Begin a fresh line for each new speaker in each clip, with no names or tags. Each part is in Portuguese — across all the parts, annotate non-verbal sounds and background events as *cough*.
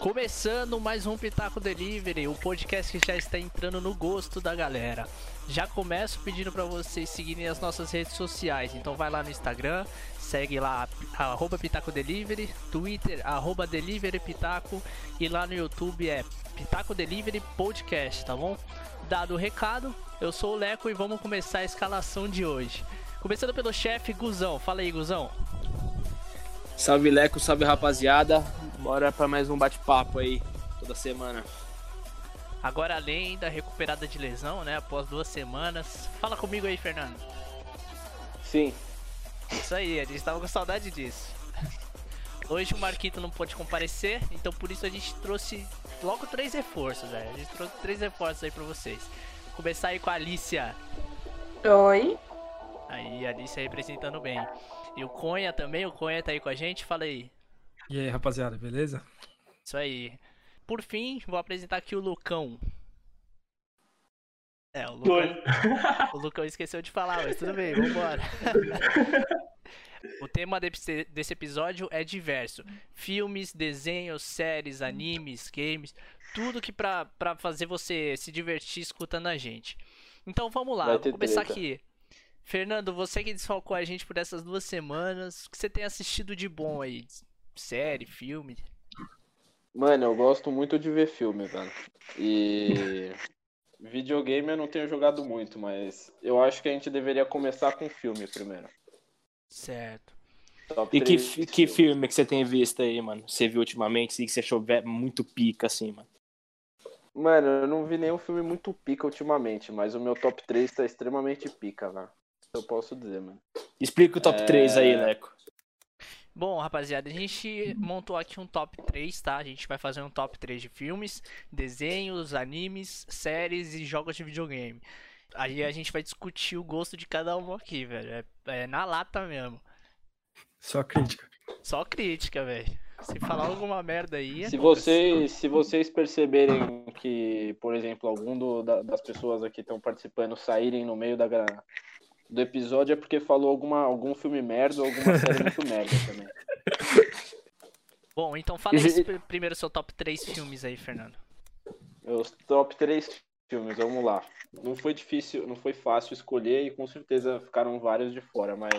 Começando mais um Pitaco Delivery, o podcast que já está entrando no gosto da galera. Já começo pedindo para vocês seguirem as nossas redes sociais. Então vai lá no Instagram, segue lá arroba Pitaco Delivery, Twitter arroba Delivery Pitaco e lá no YouTube é Pitaco Delivery Podcast, tá bom? Dado o recado, eu sou o Leco e vamos começar a escalação de hoje. Começando pelo chefe Guzão. Fala aí, Guzão.
Salve Leco, salve rapaziada. Bora para mais um bate-papo aí toda semana.
Agora além da recuperada de lesão, né? Após duas semanas. Fala comigo aí, Fernando.
Sim.
Isso aí, a gente tava com saudade disso. *laughs* Hoje o Marquito não pôde comparecer, então por isso a gente trouxe logo três reforços, velho. A gente trouxe três reforços aí pra vocês. Vou começar aí com a Alicia.
Oi.
Aí, a Alicia representando bem. E o Conha também, o Conha tá aí com a gente, fala aí.
E aí, rapaziada, beleza?
Isso aí. Por fim, vou apresentar aqui o Lucão. É, o Lucão,
Oi.
o Lucão esqueceu de falar, mas tudo bem, vambora. o tema desse desse episódio é diverso: filmes, desenhos, séries, animes, games, tudo que pra, pra fazer você se divertir escutando a gente. Então vamos lá,
Vai
vou
ter
começar
treta.
aqui. Fernando, você que desfalcou a gente por essas duas semanas, o que você tem assistido de bom aí? Série, filme?
Mano, eu gosto muito de ver filme, velho. E. Videogame eu não tenho jogado muito, mas eu acho que a gente deveria começar com filme primeiro.
Certo.
Top
E que,
três
fi- que
filmes.
filme que você tem visto aí, mano? Você viu ultimamente e que você achou ve- muito pica, assim, mano.
Mano, eu não vi nenhum filme muito pica ultimamente, mas o meu top 3 tá extremamente pica, velho. Isso Eu posso dizer, mano.
Explica o top
É.
3 aí, Leco.
Bom, rapaziada, a gente montou aqui um top 3, tá? A gente vai fazer um top 3 de filmes, desenhos, animes, séries e jogos de videogame. Aí a gente vai discutir o gosto de cada um aqui, velho. É, é na lata mesmo.
Só crítica.
Só crítica, velho. Se falar alguma merda aí. é
Se
foda-se.
vocês, se vocês perceberem que, por exemplo, algum do- da- das pessoas aqui que estão participando saírem no meio da, gra- do episódio, é porque falou alguma, algum filme merda ou alguma série muito merda também.
Bom, então
*laughs*
fala esse pr- primeiro seu top 3 filmes aí, Fernando.
Meus top 3 filmes, vamos lá. Não foi difícil, não foi fácil escolher e com certeza ficaram vários de fora, mas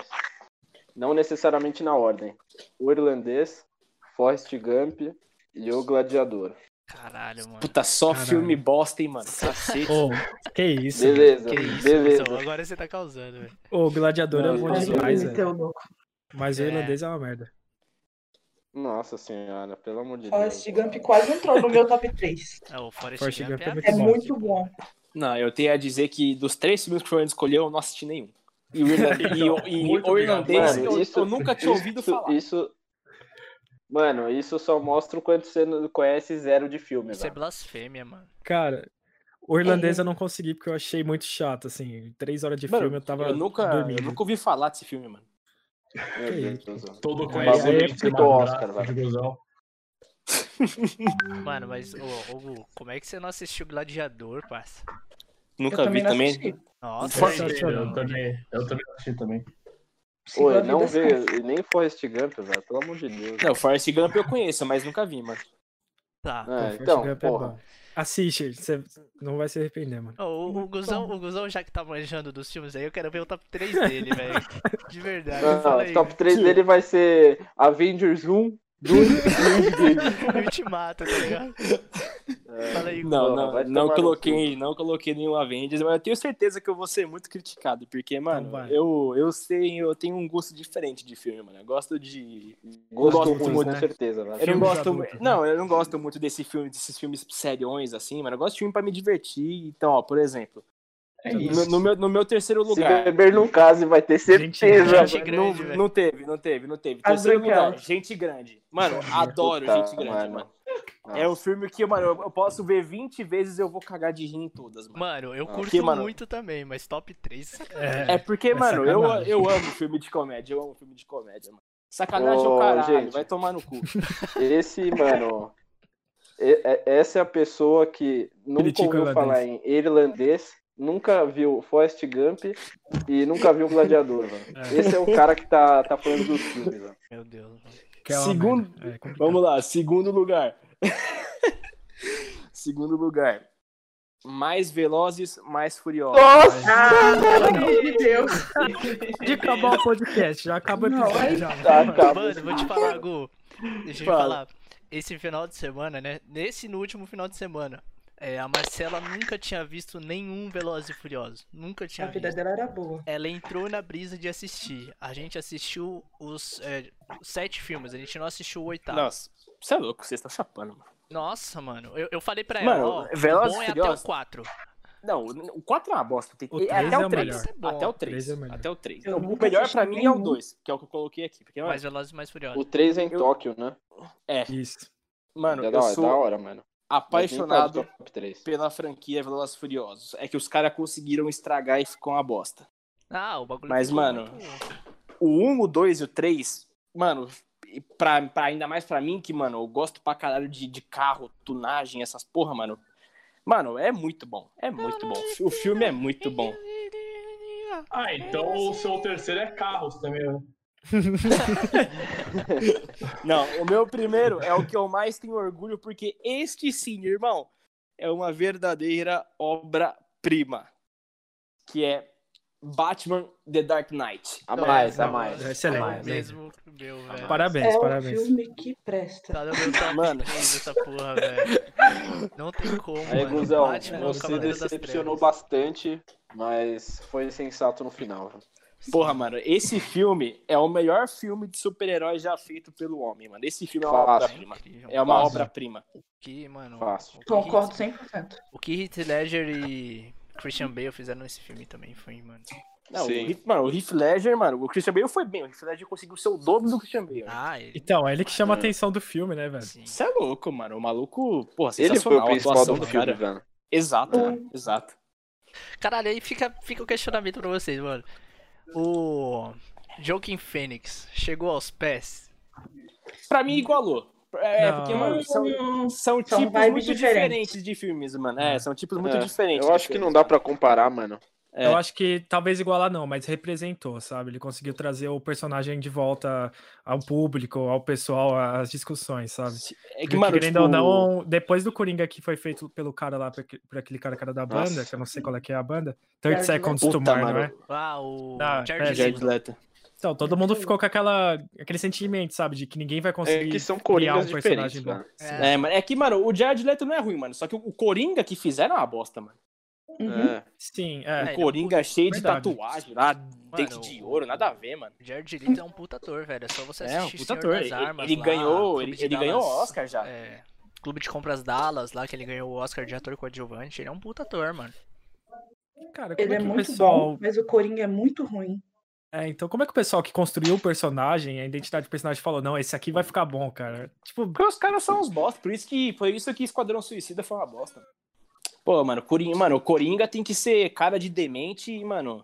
não necessariamente na ordem. O Irlandês, Forrest Gump e O Gladiador.
Caralho, mano.
Puta, só
Caralho.
filme bosta,
*laughs*
hein, mano. Cacete.
Ô, que isso?
Beleza,
Que isso,
beleza.
Guzão, agora você tá causando, velho.
Ô, gladiador é
Não,
bom
não.
demais,
Ai,
velho.
teu louco.
Mas o
É.
irlandês é uma merda.
Nossa senhora, pelo amor de Deus.
Forrest Gump quase entrou no meu top 3.
É, o Forrest,
Forrest
Gump
Gump
é a-
É
é Bom.
muito bom.
Não, eu tenho a dizer que dos três filmes que o Fernando escolheu, eu não assisti
*laughs*
nenhum. E o, Irland... *laughs* e o- e
Muito
o
obrigado,
irlandês,
mano.
eu,
Isso-
eu nunca tinha ouvido
isso,
falar.
Isso. Mano, isso só mostra o quanto você não conhece zero de filme,
Isso é
velho.
blasfêmia, mano.
Cara, o irlandês
É.
eu não consegui porque eu achei muito chato, assim. Três horas de
Mano,
filme eu né? tava
Eu nunca, eu
dormindo.
nunca ouvi falar desse filme, mano.
Meu
Que
Deus. do céu.
Todo
Mas aí
conhecido
é
de
muito Oscar,
madrugada, de gozão.
Mano, mas, ô, ô Gu, como é que você não assistiu Gladiador, parça?
Nunca vi
não
também.
assisti.
Nossa,
Forte.
velho.
Eu também, eu também assisti também.
Sigo a
Oi,
vida
não
certa.
vê nem Forrest Gump, velho. Pelo amor de Deus.
Não, o Forrest Gump eu conheço, mas nunca vi, mano.
tá.
Pô,
Ah,
Forrest
então,
Gump é
porra.
bom. Assiste, você não vai se arrepender, mano.
Ô, O, o, Guzão, o Guzão, já que tá manjando dos filmes aí, eu quero ver o top 3 dele, velho. De verdade.
Não,
fala
não,
aí,
Ah, o top 3 dele vai ser Avengers 1, 2 e 3.
velho. *laughs* Eu te mato, tá ligado?
é,
Fala aí,
Não,
Porra,
não,
vai
não
tomar no
coloquei, não coloquei nenhum Avengers, mas eu tenho certeza que eu vou ser muito criticado, porque, mano,
vai.
eu, eu sei, eu tenho um gosto diferente de filme, mano. Eu gosto de.
Gosto
Gosto
ruim,
muito,
com
né?
certeza, velho.
Eu não
Filmes
gosto.
adultos, né?
Não, eu não gosto muito desse filme, desses filmes seriões, assim, mano. Eu gosto de filme pra me divertir. Então, ó, por exemplo,
É
no,
isso.
no meu, no meu terceiro
Se
lugar.
beber num case, vai ter
Gente,
né?
certeza.
gente grande,
não,
velho.
não teve, não teve, não teve.
As
Terceiro lugar,
branquelas.
gente grande. Mano, adoro
Puta,
gente grande,
mano. Ah,
mano. É um filme que, mano, eu eu posso ver 20 vezes e eu vou cagar de rir em todas, mano.
Mano, eu
Ah,
curto
que, mano?
muito também, mas top 3.
É,
É porque,
é
mano, eu,
sacanagem.
eu amo filme de comédia, eu amo filme de comédia, mano. Sacanagem é
Ô,
o caralho,
gente.
vai tomar no
*laughs*
cu.
Esse, mano. e- e- Essa é a pessoa que nunca
Critica o
ouviu
irlandês.
falar em irlandês, nunca viu Forrest Gump e nunca viu Gladiador, mano.
É.
Esse é o cara que tá, tá falando dos filmes, mano.
Meu Deus. mano.
que é uma
Segundo-
merda. É complicado.
Vamos lá, segundo lugar. *laughs* Segundo lugar, mais velozes, mais furiosos.
Nossa!
Ah, meu Deus.
De acabar o podcast, já acaba o
Não,
episódio.
aí
Já.
Tá, tá.
Mano, vou te falar, Gu. Deixa eu te
Fala.
falar. Esse final de semana, né? Nesse no último final de semana, é, a Marcela nunca tinha visto nenhum Veloz e Furioso. Nunca
A
tinha
vida
visto.
dela era boa.
Ela entrou na brisa de assistir. A gente assistiu os é, sete filmes, a gente não assistiu o oitavo.
Nossa, você é louco, vocês estão chapando, mano.
Nossa, mano. Eu, eu falei pra ela,
Mano,
ó,
Velozes
o bom
e
é até o
Furiosos.
quatro.
Não, o 4 é uma bosta. Tem...
O
é
três
até
é
o
o
3.
melhor.
É bom.
Até o
Três é
3.
melhor.
Até o 3.
Eu
O
nunca
melhor
assisti
pra mim é o
nenhum.
2, que é o que eu coloquei aqui. Porque, mano,
Mais Velozes e Mais
O
Furiosos.
3 em
Eu-
Tóquio, né?
Isso.
mano
é da
eu
hora, é da
sou
hora, mano. Mas nem tá no
apaixonado
Top 3.
pela franquia Velozes e Furiosos. É que os caras conseguiram estragar e ficou uma bosta.
Ah, o bagulho
Mas,
ficou
mano,
muito-
O 1, o 2 e o 3, mano, e pra, pra- ainda mais pra mim, que, mano, eu gosto pra caralho de, de carro, tunagem, essas porra, mano. Mano, é muito bom. É muito bom. O filme é muito bom.
Ah, então o seu terceiro é carros também, né?
Não, o meu primeiro é o que eu mais tenho orgulho, porque este sim, irmão, é uma verdadeira obra-prima. Que é Batman The Dark Knight.
A
Não,
mais,
não,
a mais.
é
É
excelente.
o
Mas,
mesmo que o meu, velho.
Parabéns,
É um
parabéns.
filme que presta.
Tá no meu top
Mano.
mano. essa porra, velho. Não tem como,
Aí,
mano.
Guzão,
Batman, o
você
Cavaleiro das
decepcionou
Trevas.
bastante, mas foi sensato no final.
Porra, mano, esse filme é o melhor filme de super-herói já feito pelo homem, mano. Esse filme é uma
Fácil.
obra-prima.
Incrível.
É uma
Fácil.
obra-prima.
Que, mano,
Fácil.
o que
Concordo
Heath-
100%.
O que Heath Ledger e Christian Bale fizeram nesse filme também foi, mano.
Não, o
Sim.
Heath, mano, o Heath Ledger, mano, o Christian Bale foi bem. O Heath Ledger conseguiu ser o dobro do Christian Bale.
Ah, ele.
Então, é ele que chama a atenção do filme, né, velho?
Sim.
Isso é louco, mano. O maluco, porra,
Ele foi
sensacional.
o
a
principal
atuação
do
cara.
filme, velho.
Exato,
É.
mano, exato.
Caralho, aí fica, fica o questionamento pra vocês, mano. O. Joaquin Phoenix chegou aos pés.
Pra mim, igualou. É,
Não.
porque, mano, são, são
São
tipos
vibes
muito
diferentes.
diferentes de filmes, mano. É, são tipos muito
É,
diferentes.
Eu
de
acho que não
filmes,
dá
mano.
pra comparar, mano.
É.
Eu acho que talvez igualar não, mas representou, sabe? Ele conseguiu trazer o personagem de volta ao público, ao pessoal, às discussões, sabe?
É que,
Porque,
mano,
querendo
tipo,
ou não, depois do Coringa que foi feito pelo cara lá, por aqu- por aquele cara, cara da banda,
Nossa.
que eu não sei qual é que é a banda, 30
Jared
Seconds to
Puta,
Mars, não
mano.
é?
Ah, o.
Ah,
Jared
é,
Leto.
Jared Leto.
Então, todo mundo ficou com aquela, aquele sentimento, sabe? De que ninguém vai
É
conseguir
que são
criar
coringas
um
diferentes,
personagem bom.
mano.
É,
É, mano, é que, mano, o Jared Leto não é ruim, mano. Só que o- o Coringa que fizeram é uma bosta, mano.
Uhum.
É.
Sim, é.
É,
O Coringa cheio de
Verdade.
tatuagem lá, dente de
o-
ouro, nada a ver, mano.
o Jared Leto é um puta ator, velho. É só você
É, um
assistir
puta
Senhor
ator.
das
Ele,
Armas
ele
lá,
ganhou,
Clube
ele,
de
ele ganhou
Dallas.
o Oscar já.
É, Clube de Compras Dallas, lá que ele ganhou o Oscar de ator coadjuvante. Ele é um puta ator, mano.
Cara, como
Ele
é
é
que o
muito
pessoal.
bom, mas o Coringa é muito ruim.
É, então como é que o pessoal que construiu o personagem, a identidade do personagem, falou, não, esse aqui vai ficar bom, cara? Tipo,
Porque os caras são uns bosta, por isso que por isso que Esquadrão Suicida foi uma bosta. Pô, mano, Coringa, mano, o Coringa tem que ser cara de demente
*laughs*
e, mano.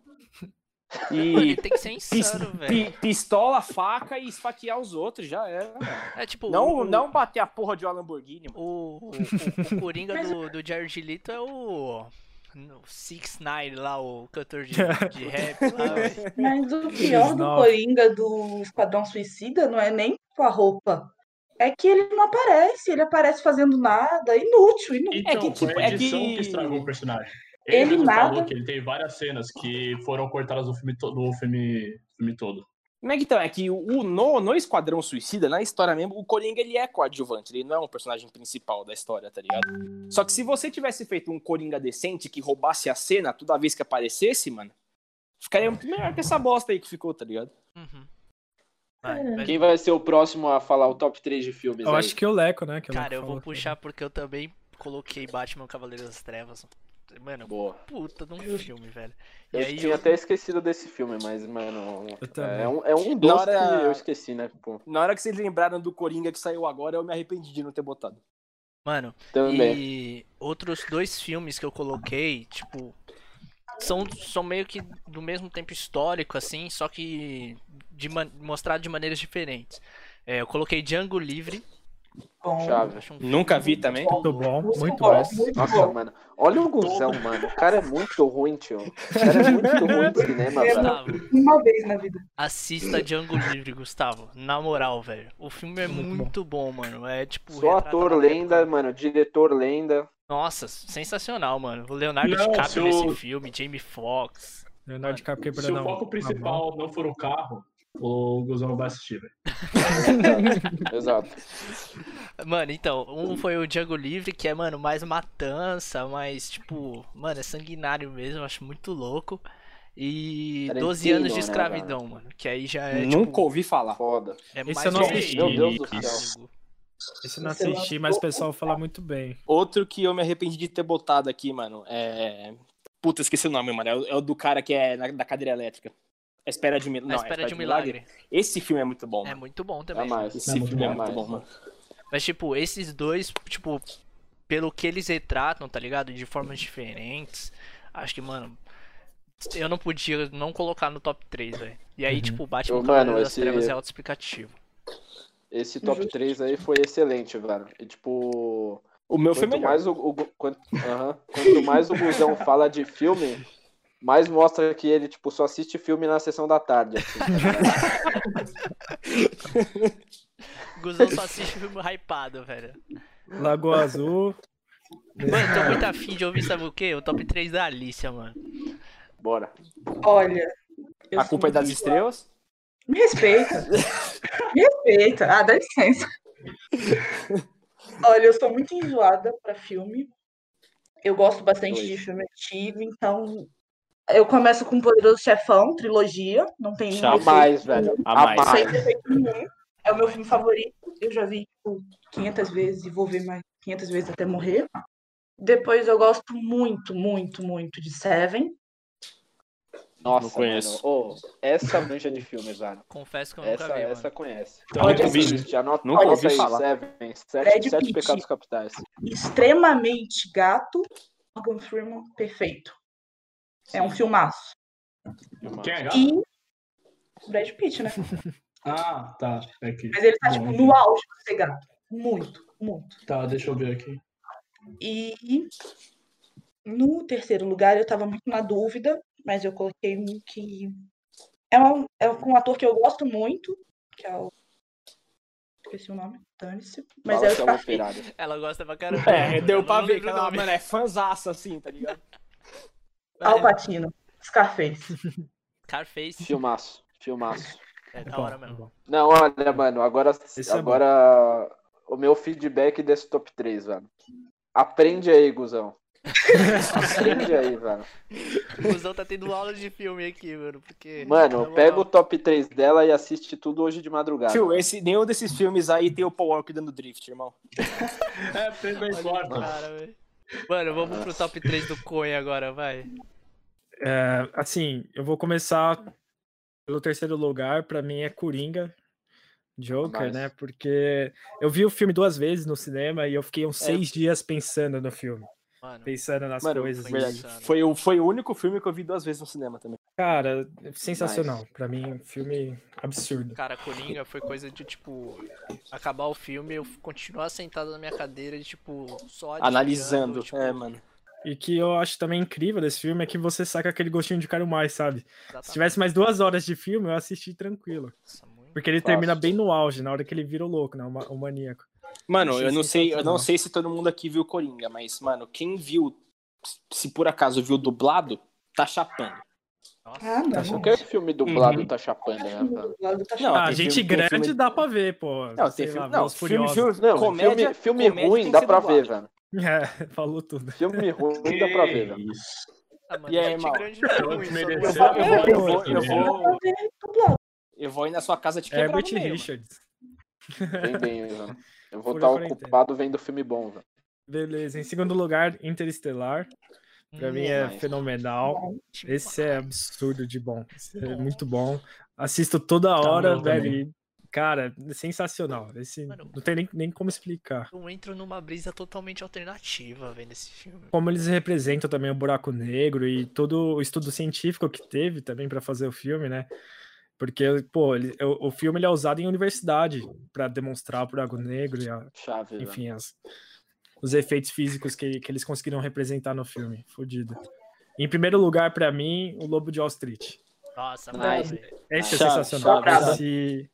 E
Ele tem que ser
pis- *laughs*
insano, velho.
pi- pistola, faca e esfaquear os outros, já era. mano.
É tipo,
Não,
o,
não bater a porra de uma Lamborghini, mano.
o, o, o- o Coringa do, do Jared Leto é o. o Six Nine lá, o cantor
*laughs*
de, de rap lá, velho.
Mas o pior do
Nossa.
Coringa do Esquadrão Suicida não é nem com a roupa. É que ele não aparece, ele aparece fazendo nada, inútil, inútil.
Então,
que, tipo,
foi a
é
edição
que-
que... estragou o personagem.
Ele
mesmo
nada-
falou que ele tem várias cenas que foram cortadas do filme, to- do filme, filme todo.
Como é que então? É que o, o- no, no Esquadrão Suicida, na história mesmo, o Coringa ele é coadjuvante, ele não é um personagem principal da história, tá ligado? Só que se você tivesse feito um Coringa decente que roubasse a cena toda vez que aparecesse, mano, ficaria muito melhor que essa bosta aí que ficou, tá ligado?
Uhum.
É.
Vai, mas-
Quem vai ser o próximo a falar o top 3 de filmes
eu
aí?
acho que o Leco, né? que o Leco
Cara, eu
falou.
vou puxar porque eu também coloquei Batman Cavaleiro das Trevas. Mano,
É Boa.
puta de um filme, velho. E
Eu
aí
tinha
eu-
até esquecido desse filme, mas, mano,
Eu também.
é um, é um dos
hora-
que eu esqueci, né? Pô,
Na hora que vocês lembraram do Coringa que saiu agora, eu me arrependi de não ter botado.
Mano,
também.
E outros dois filmes que eu coloquei, tipo, são, são meio que do mesmo tempo histórico, assim, só que de man- mostrado de maneiras diferentes. É, eu coloquei Django Livre
Bom.
Chave.
Acho um filme
Nunca vi
muito
também.
Muito bom, muito
bom,
bom.
Muito
Nossa,
bom.
mano. Olha o Guzão, mano. O cara é muito ruim, tio. O cara
*laughs*
é muito ruim de cinema,
É,
velho.
Gustavo,
Uma vez na vida.
assista Django Livre, Gustavo. Na moral, velho. O filme é
Muito bom.
muito bom, mano. É tipo.
Só
retrata
ator
uma
lenda,
época.
mano. Diretor lenda.
Nossa, sensacional, mano. O Leonardo
Não,
DiCaprio
se eu-
nesse filme, Jamie Foxx.
Leonardo DiCaprio quebrando
Se
a-
o foco
a mão.
principal não for o carro, o Guzão vai assistir, velho.
Exato.
Mano, então, um foi o Django Livre, que é, mano, mais matança, mais, tipo, mano, é sanguinário mesmo, acho muito louco. E
Tarantino,
12 anos de
né,
escravidão, mano. Que aí já é.
Nunca
tipo,
ouvi falar.
Foda.
é
Esse
mais
eu não
um
assisti.
filme
Meu Deus do
antigo.
Esse eu não
Sei lá.
assisti, mas o pessoal fala muito bem.
Outro que eu me arrependi de ter botado aqui, mano, é. Puta, esqueci o nome, mano. É o, é o do cara que é na- da cadeira elétrica. A
É
espera de, um Mil...
Na
não,
espera de um milagre.
Esse filme é muito bom,
É
mano.
muito bom também.
Jamais.
Esse
muito
filme é
bom,
muito
jamais.
bom, mano.
Mas, tipo, esses dois, tipo, pelo que eles retratam, tá ligado? De formas diferentes. Acho que, mano, eu não podia não colocar no top 3, velho. E aí,
Uhum.
tipo, Batman
Ô,
Cavaleiro
mano,
das
esse-
Trevas é autoexplicativo.
Esse top
Justo.
3 aí foi excelente, velho. E tipo.
O meu foi
Quanto
melhor.
mais o, o Gu- quanto, aham. Quanto mais o Guzão fala de filme, mais mostra que ele, tipo, só assiste filme na sessão da tarde. assim, tá ligado?
Guzão só assiste
*laughs*
filme hypado, velho.
Lagoa Azul.
Mano, tô muito afim de ouvir, sabe o quê? O top 3 da Alicia, mano.
Bora.
Olha. eu
A culpa é
sou-
das estrelas?
Me respeita. Me respeita. Ah, dá licença. Olha, eu sou muito enjoada pra filme. Eu gosto bastante de
Dois.
filme antigo, então. Eu começo com Poderoso Chefão, trilogia. Não tem nenhum
Jamais.
defeito.
Mais, velho.
A mais.
Tá. Não tem defeito nenhum. É o meu filme favorito. Eu já vi tipo, 500 vezes e vou ver mais 500 vezes até morrer. Depois eu gosto muito, muito, muito de Seven.
Nossa,
Não conheço.
mano. Ô, essa mancha de filme, velho.
Confesso que eu nunca
Essa,
vi,
essa
mano.
conhece.
Então,
Olha
muito
esse-
vídeo.
Já anota,
Nunca
anota
ouvi
aí,
falar.
Seven,
Brad
sete, sete
Pitt.
pecados capitais.
Extremamente gato. Morgan Freeman, perfeito. É um filmaço.
Quem é gato?
E Brad Pitt, né?
Ah, tá. É aqui.
Mas ele tá, tipo, no auge de ser gato. Muito, muito.
Tá, deixa eu ver aqui.
E no terceiro lugar, eu tava muito na dúvida, mas eu coloquei um que é um, é um ator que eu gosto muito, que é o. Esqueci o nome, dane-se. Mas
Fala
é o
que é um
Scarface.
operário.
Ela gosta pra caramba. *laughs*
É,
mano.
deu
Eu
pra
não
ver que
lembro o
ela,
nome.
mano, é fanzaça assim, tá *laughs* ligado?
Al Pacino, Scarface.
Carface.
Filmaço, filmaço.
É da
Tá
Bom,
hora mesmo.
bom.
Não, olha, mano, agora,
Esse é bom.
agora o meu feedback desse top 3, velho. Aprende aí, Guzão. Aprende aí, velho.
O Guzão tá tendo aula de filme aqui, mano. Porque. tá
Mano,
na
pega o
moral,
top 3 dela e assiste tudo hoje de madrugada.
Tio, esse, nenhum desses filmes aí tem o Paul Walker dando drift, irmão.
É, fez bem corta.
Cara, velho. Mano, vamos pro top 3 do Coin agora, vai.
É, assim, eu vou começar pelo terceiro lugar. Pra mim é Coringa. Joker,
Mas-
né? Porque eu vi o filme duas vezes no cinema e eu fiquei uns seis dias pensando no filme,
Mano,
pensando nas
Mano,
coisas. né?
verdade.
insano.
Foi, o- foi o único filme que eu vi duas vezes no cinema também.
Cara, sensacional. Pra mim, um filme absurdo.
cara, Coringa foi coisa de, tipo, acabar o filme eu continuar sentado na minha cadeira e, tipo, só
Tá
admirando,
Analisando.
tipo,
É, mano.
E que eu acho também incrível desse filme é que você saca aquele gostinho de quero mais, sabe?
exatamente.
Se tivesse mais duas horas de filme, eu assisti tranquilo.
Nossa, muito-
Porque ele
Fácil.
termina bem no auge, na hora que ele vira o louco, né? O, ma- o maníaco.
Mano,
Achei
eu não sei, eu não
sensacional.
sei se todo mundo aqui viu Coringa, mas, mano, quem viu, se por acaso viu dublado, tá chapando.
Ah,
Nossa.
é
não.
Tá
Qualquer filme dublado
Uhum.
tá chapando, né, velho?
tá
Não,
ah,
tem
gente
filme- tem
grande
filme-
dá pra ver, pô.
Não,
Sei
tem filme,
lá,
não,
Velozes e
filme,
Furiosos.
filme-
Não,
comédia,
filme, filme
comédia tem
ruim
que
dá
ser
pra
dublado.
ver, velho.
*laughs* É, falou tudo.
Filme ruim dá pra ver, velho.
Que isso.
Ah, mano,
E aí,
gente
irmão?
grande não é ruim, só não-
Eu vou, eu vou, eu vou, eu
Dá
vou,
pra ver dublado.
eu vou ir na sua casa te quebrar
Herbert
no meio, mano.
Richards.
Vem bem, velho. Eu vou
Fura
estar
a quarentena.
ocupado vendo filme bom, velho.
Beleza. Em segundo lugar, Interestelar.
Hum,
Pra
Hum,
mim é
Nice.
fenomenal.
Gente,
Esse é absurdo de bom. Esse é
Bom.
muito bom. Assisto
Tá
toda
no
hora,
meu
velho. e, Cara, é sensacional. Esse
Mano.
não tem nem, nem como explicar.
Eu entro numa brisa totalmente alternativa vendo esse filme.
Como eles representam também o buraco negro e todo o estudo científico que teve também pra fazer o filme, né? Porque, pô, ele- o, o filme ele é usado em universidade para demonstrar o buraco negro e, a-
né?
Chave, velho.
enfim, as- os efeitos físicos que, que eles conseguiram representar no filme. Fodido. Em primeiro lugar, para mim, o Lobo de Wall Street.
Nossa,
Nice.
maravilha.
Esse é
Chave,
sensacional.
chave.
Esse,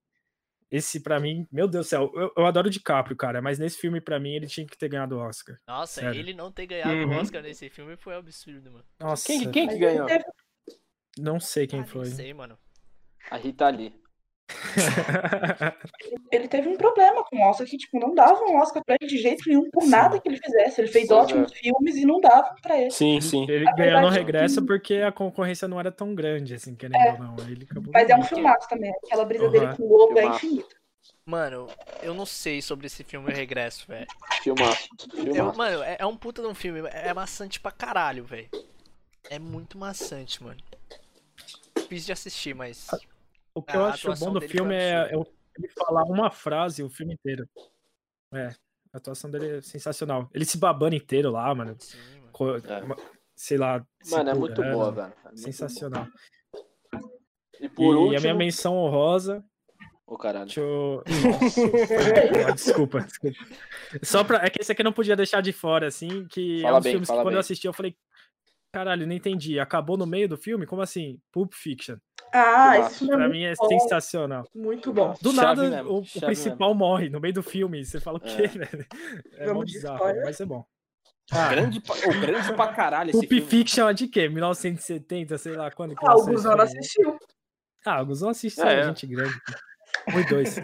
esse para mim, meu Deus do céu, eu, eu adoro o DiCaprio, cara, mas nesse filme, para mim, ele tinha que ter ganhado o Oscar.
Nossa,
Sério.
ele não ter ganhado o
Uhum.
Oscar nesse filme foi um absurdo, mano.
Nossa,
Quem, quem que
Mas
ganhou?
ele teve-
não sei
Ah,
quem
nem
foi. *laughs*
sei, mano.
A Rita Lee.
ele teve um problema com o Oscar, que tipo, não dava um Oscar pra ele de jeito nenhum, por nada que ele fizesse. Ele fez
Pois é.
ótimos filmes e não dava pra ele.
Sim, sim.
Ele
Na
ganhou no
verdade,
regresso
eu-
porque a concorrência não era tão grande, assim, querendo ou não. Ele acabou
Mas é um
ganhando.
filmaço também. Aquela brisa
Uhum. Aham.
dele com o lobo é
Filmaço.
infinita.
Mano, eu não sei sobre esse filme O Regresso, velho.
Filmaço.
Eu,
Filmaço.
mano, é, é um puta de um filme. É maçante pra caralho, velho. É muito maçante, mano. Difícil de assistir, mas.
Ah.
O que
A
eu acho
atuação
bom do
dele
filme
foi
é,
absurda.
é ele falar uma frase o filme inteiro. É, a atuação dele é sensacional. Ele se babando inteiro lá, mano.
Sim, mano.
Co-
É.
ma- Sei lá. se
Mano, é muito
empolgando.
boa, velho. É muito
Sensacional.
boa. E
e
por último...
a minha menção honrosa.
Ô, caralho.
Deixa eu.
*laughs*
Nossa, desculpa, desculpa. Só pra. É que esse aqui eu não podia deixar de fora, assim. Que é
Fala
um
bem,
filmes que
fala
quando eu
bem.
assisti eu falei. Caralho, não entendi. Acabou no meio do filme? Como assim? Pulp Fiction.
Ah,
Filmaço.
esse filme é
Pra
muito,
mim é
bom.
sensacional.
muito bom.
Do
Chave
nada,
mesmo,
o, o
chave
principal morre no meio do filme. Você fala o quê,
É. Ah,
velho? É
Vamos
mó
de
bizarro,
spoiler?
mas é bom.
Grande, pra- ô, grande pra caralho esse
Pulp
filme.
Fiction é de quê? 1970, sei lá quando que
Ah, o
lançou esse
Guzão não
filme?
assistiu.
Ah, o Guzão assiste
É,
só
é.
gente grande. Um e dois.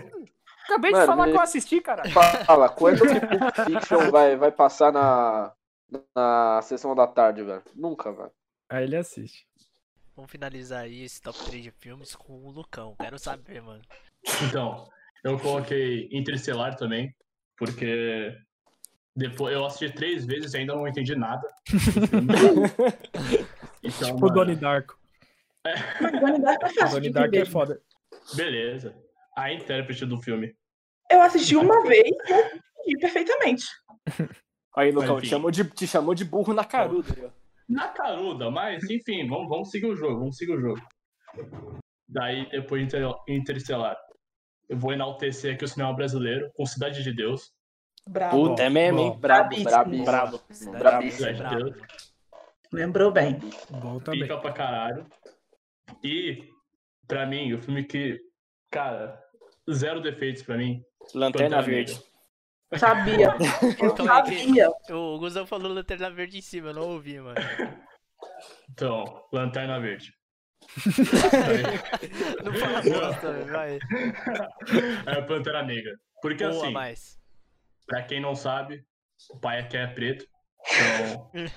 Acabei
Mano,
de falar
ele-
que eu assisti, caralho.
Fala, quando que Pulp Fiction vai, vai passar na, na sessão da tarde, velho? Nunca, velho.
Aí ele assiste.
Vamos finalizar aí esse top 3 de filmes com o Lucão. Quero saber, mano.
Então, eu coloquei Interestelar também, porque depois eu assisti três vezes e ainda não entendi nada. Então,
Tipo o
mano,
Donnie Darko.
Mas Donnie Darko é
O
fácil de
Donnie Darko é
entender.
foda.
beleza. A intérprete do filme.
Eu assisti uma vez e eu entendi perfeitamente.
Aí, Lucão, te
Mas, enfim.
chamou, de, te chamou de burro na caruda.
é
viu?
Na caruda, mas enfim, vamos, vamos seguir o jogo, vamos seguir o jogo. Daí, depois de Inter- Interestelar, eu vou enaltecer aqui o cinema brasileiro com Cidade de Deus.
Bravo.
Puta, é mesmo, hein?
bom.
Brabo, brabo,
Brabíssimo.
brabo.
Brabíssimo.
Cidade de
Brabo.
Deus.
Lembrou bem.
Bom também.
Pica pra caralho. E, pra mim, o filme que, cara, zero defeitos pra mim.
Lanterna
Lanterna
Verde.
Sabia.
Então,
Eu
é que-
sabia.
O Guzão falou Lanterna Verde em cima, eu não ouvi,
*laughs*
mano.
Então, Lanterna Verde.
Não fala bosta, velho, vai.
é Pantera Negra. Porque
Boa,
assim,
mais.
pra quem não sabe, o pai aqui é preto. Então,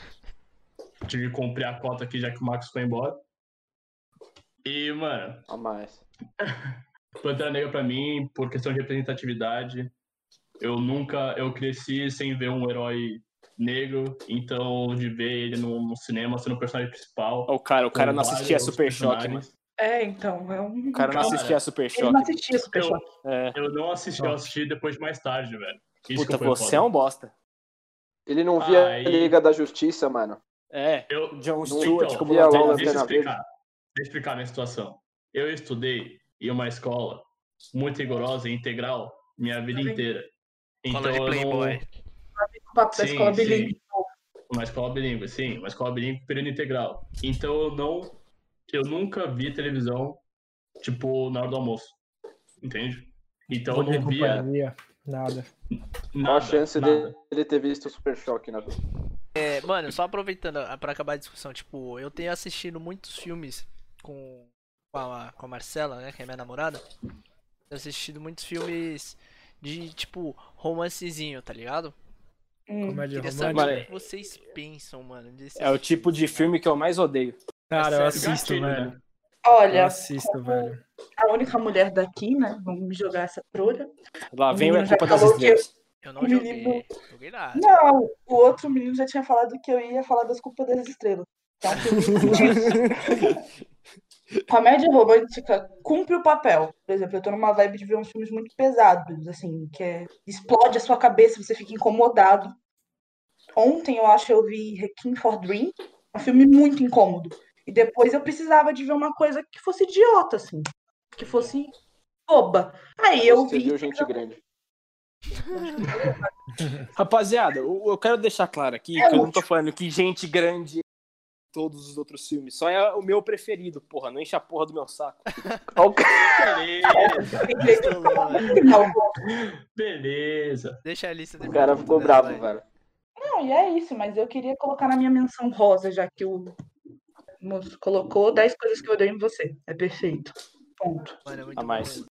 tive que comprar a cota aqui já que o Max foi embora. E, mano,
A mais.
Pantera Negra pra mim, por questão de representatividade, eu nunca, eu cresci sem ver um herói negro, então de ver ele no, no cinema sendo o personagem principal.
Ô, cara, o cara
com
não assistia
vários
Super Choque, mano.
personagens.
É, então. É um...
O cara não
Cara,
assistia Super
Ele
Choque.
não assistia Super
Eu-
Choque.
É.
Eu não assisti, eu assisti depois de mais tarde, velho. Isso
Puta,
que foi
você
foda.
é um bosta.
Ele não via
Ah, e-
Liga da Justiça, mano.
É,
Eu,
John
Então,
Stewart como
via
Lanterna
Lola
Verde.
deixa eu
Lanterna
explicar. Deixa eu explicar a minha situação. Eu estudei em uma escola muito rigorosa e integral minha vida
Sim.
inteira. Então,
Fala de
eu não-
Playboy.
O papo da
Sim,
escola
sim.
bilíngue.
Uma escola bilíngue, sim. Uma escola bilíngue com período integral. Então eu não... Eu nunca vi televisão, tipo, na hora do almoço. Entende? Então eu
Bom dia,
não via
companhia. Nada.
Qual a
nada,
chance
nada.
dele, dele ter visto Super Choque né? na vida?
É, mano, só aproveitando ah, pra acabar a discussão, tipo, eu tenho assistido muitos filmes com, com, a, com a Marcela, né, que é minha namorada. Tenho assistido muitos filmes de, tipo, romancezinho, tá ligado?
Hum.
Comédia
Queria
romântica.
saber o
romântico.
que vocês pensam, mano, desse
É o tipo de filme que eu mais odeio.
Cara, eu
É
sério,
assisto,
gatilho,
velho.
né?
Eu
Olha,
assisto, velho.
a única mulher daqui, né? Vamos me jogar essa trolha.
Lá vem a
Já
culpa das
falou que eu-
estrelas.
Eu não joguei, joguei nada.
Não, o outro menino já tinha falado que eu ia falar das culpas das estrelas. Que é um filme que- *laughs* Comédia romântica cumpre o papel. Por exemplo, eu tô numa vibe de ver uns filmes muito pesados, assim, que é- explode a sua cabeça, você fica incomodado. Ontem, eu acho, eu vi Requiem for Dream, um filme muito incômodo. E depois eu precisava de ver uma coisa que fosse idiota, assim. que fosse boba. Aí eu
Você
vi. *laughs*
viu gente grande.
Rapaziada, eu, eu quero deixar claro aqui que eu não tô falando que gente grande é todos os outros filmes. Só é o meu preferido, porra. Não enche a porra do meu saco.
Beleza,
Não,
beleza.
Deixa a lista
O cara ficou bravo, velho.
não, e é isso, mas eu queria colocar na minha menção rosa, já que o moço colocou 10 coisas que eu odeio em você. É perfeito. Ponto.
A mais.
é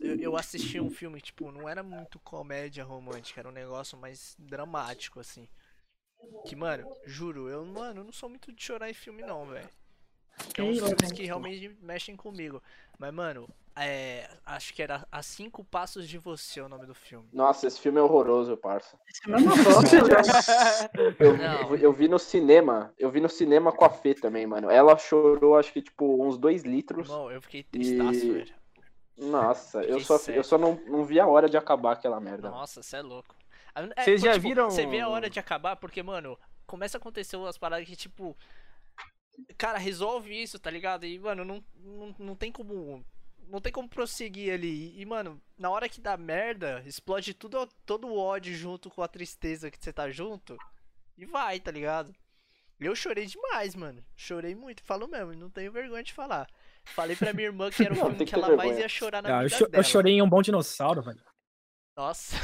Eu, eu assisti um filme, tipo, não era muito comédia romântica, era um negócio mais dramático, assim. Que, mano, juro, eu, mano, eu não sou muito de chorar em filme, não, velho. Tem uns
Ei, lá
filmes
vem.
que realmente mexem comigo. Mas, mano, é, acho que era A Cinco Passos de Você é o nome do filme.
Nossa, esse filme é horroroso, parça.
Isso é *laughs* uma bosta.
Eu,
Não.
eu vi no cinema, eu vi no cinema com a Fê também, mano. Ela chorou, acho que, tipo, uns dois litros.
Irmão, eu fiquei tristaço,
E-
velho.
Nossa, eu
Que
só,
sério.
eu só não, não vi a hora de acabar aquela merda.
Nossa, você é louco. A- é,
Vocês
pô,
já
tipo,
viram-
Você vê a hora de acabar, porque, mano, começa a acontecer umas paradas que, tipo. Cara, resolve isso, tá ligado? E, mano, não, não, não tem como. Não tem como prosseguir ali. E, mano, na hora que dá merda, explode tudo, todo o ódio junto com a tristeza que você tá junto. E vai, tá ligado? Eu chorei demais, mano. Chorei muito, falo mesmo, não tenho vergonha de falar. Falei pra minha irmã que era o
Não,
filme
tem
que
que ter
ela mais
vergonha.
ia chorar na
Ah, eu,
vida
cho- eu
dela.
chorei em um bom dinossauro, velho.
Nossa.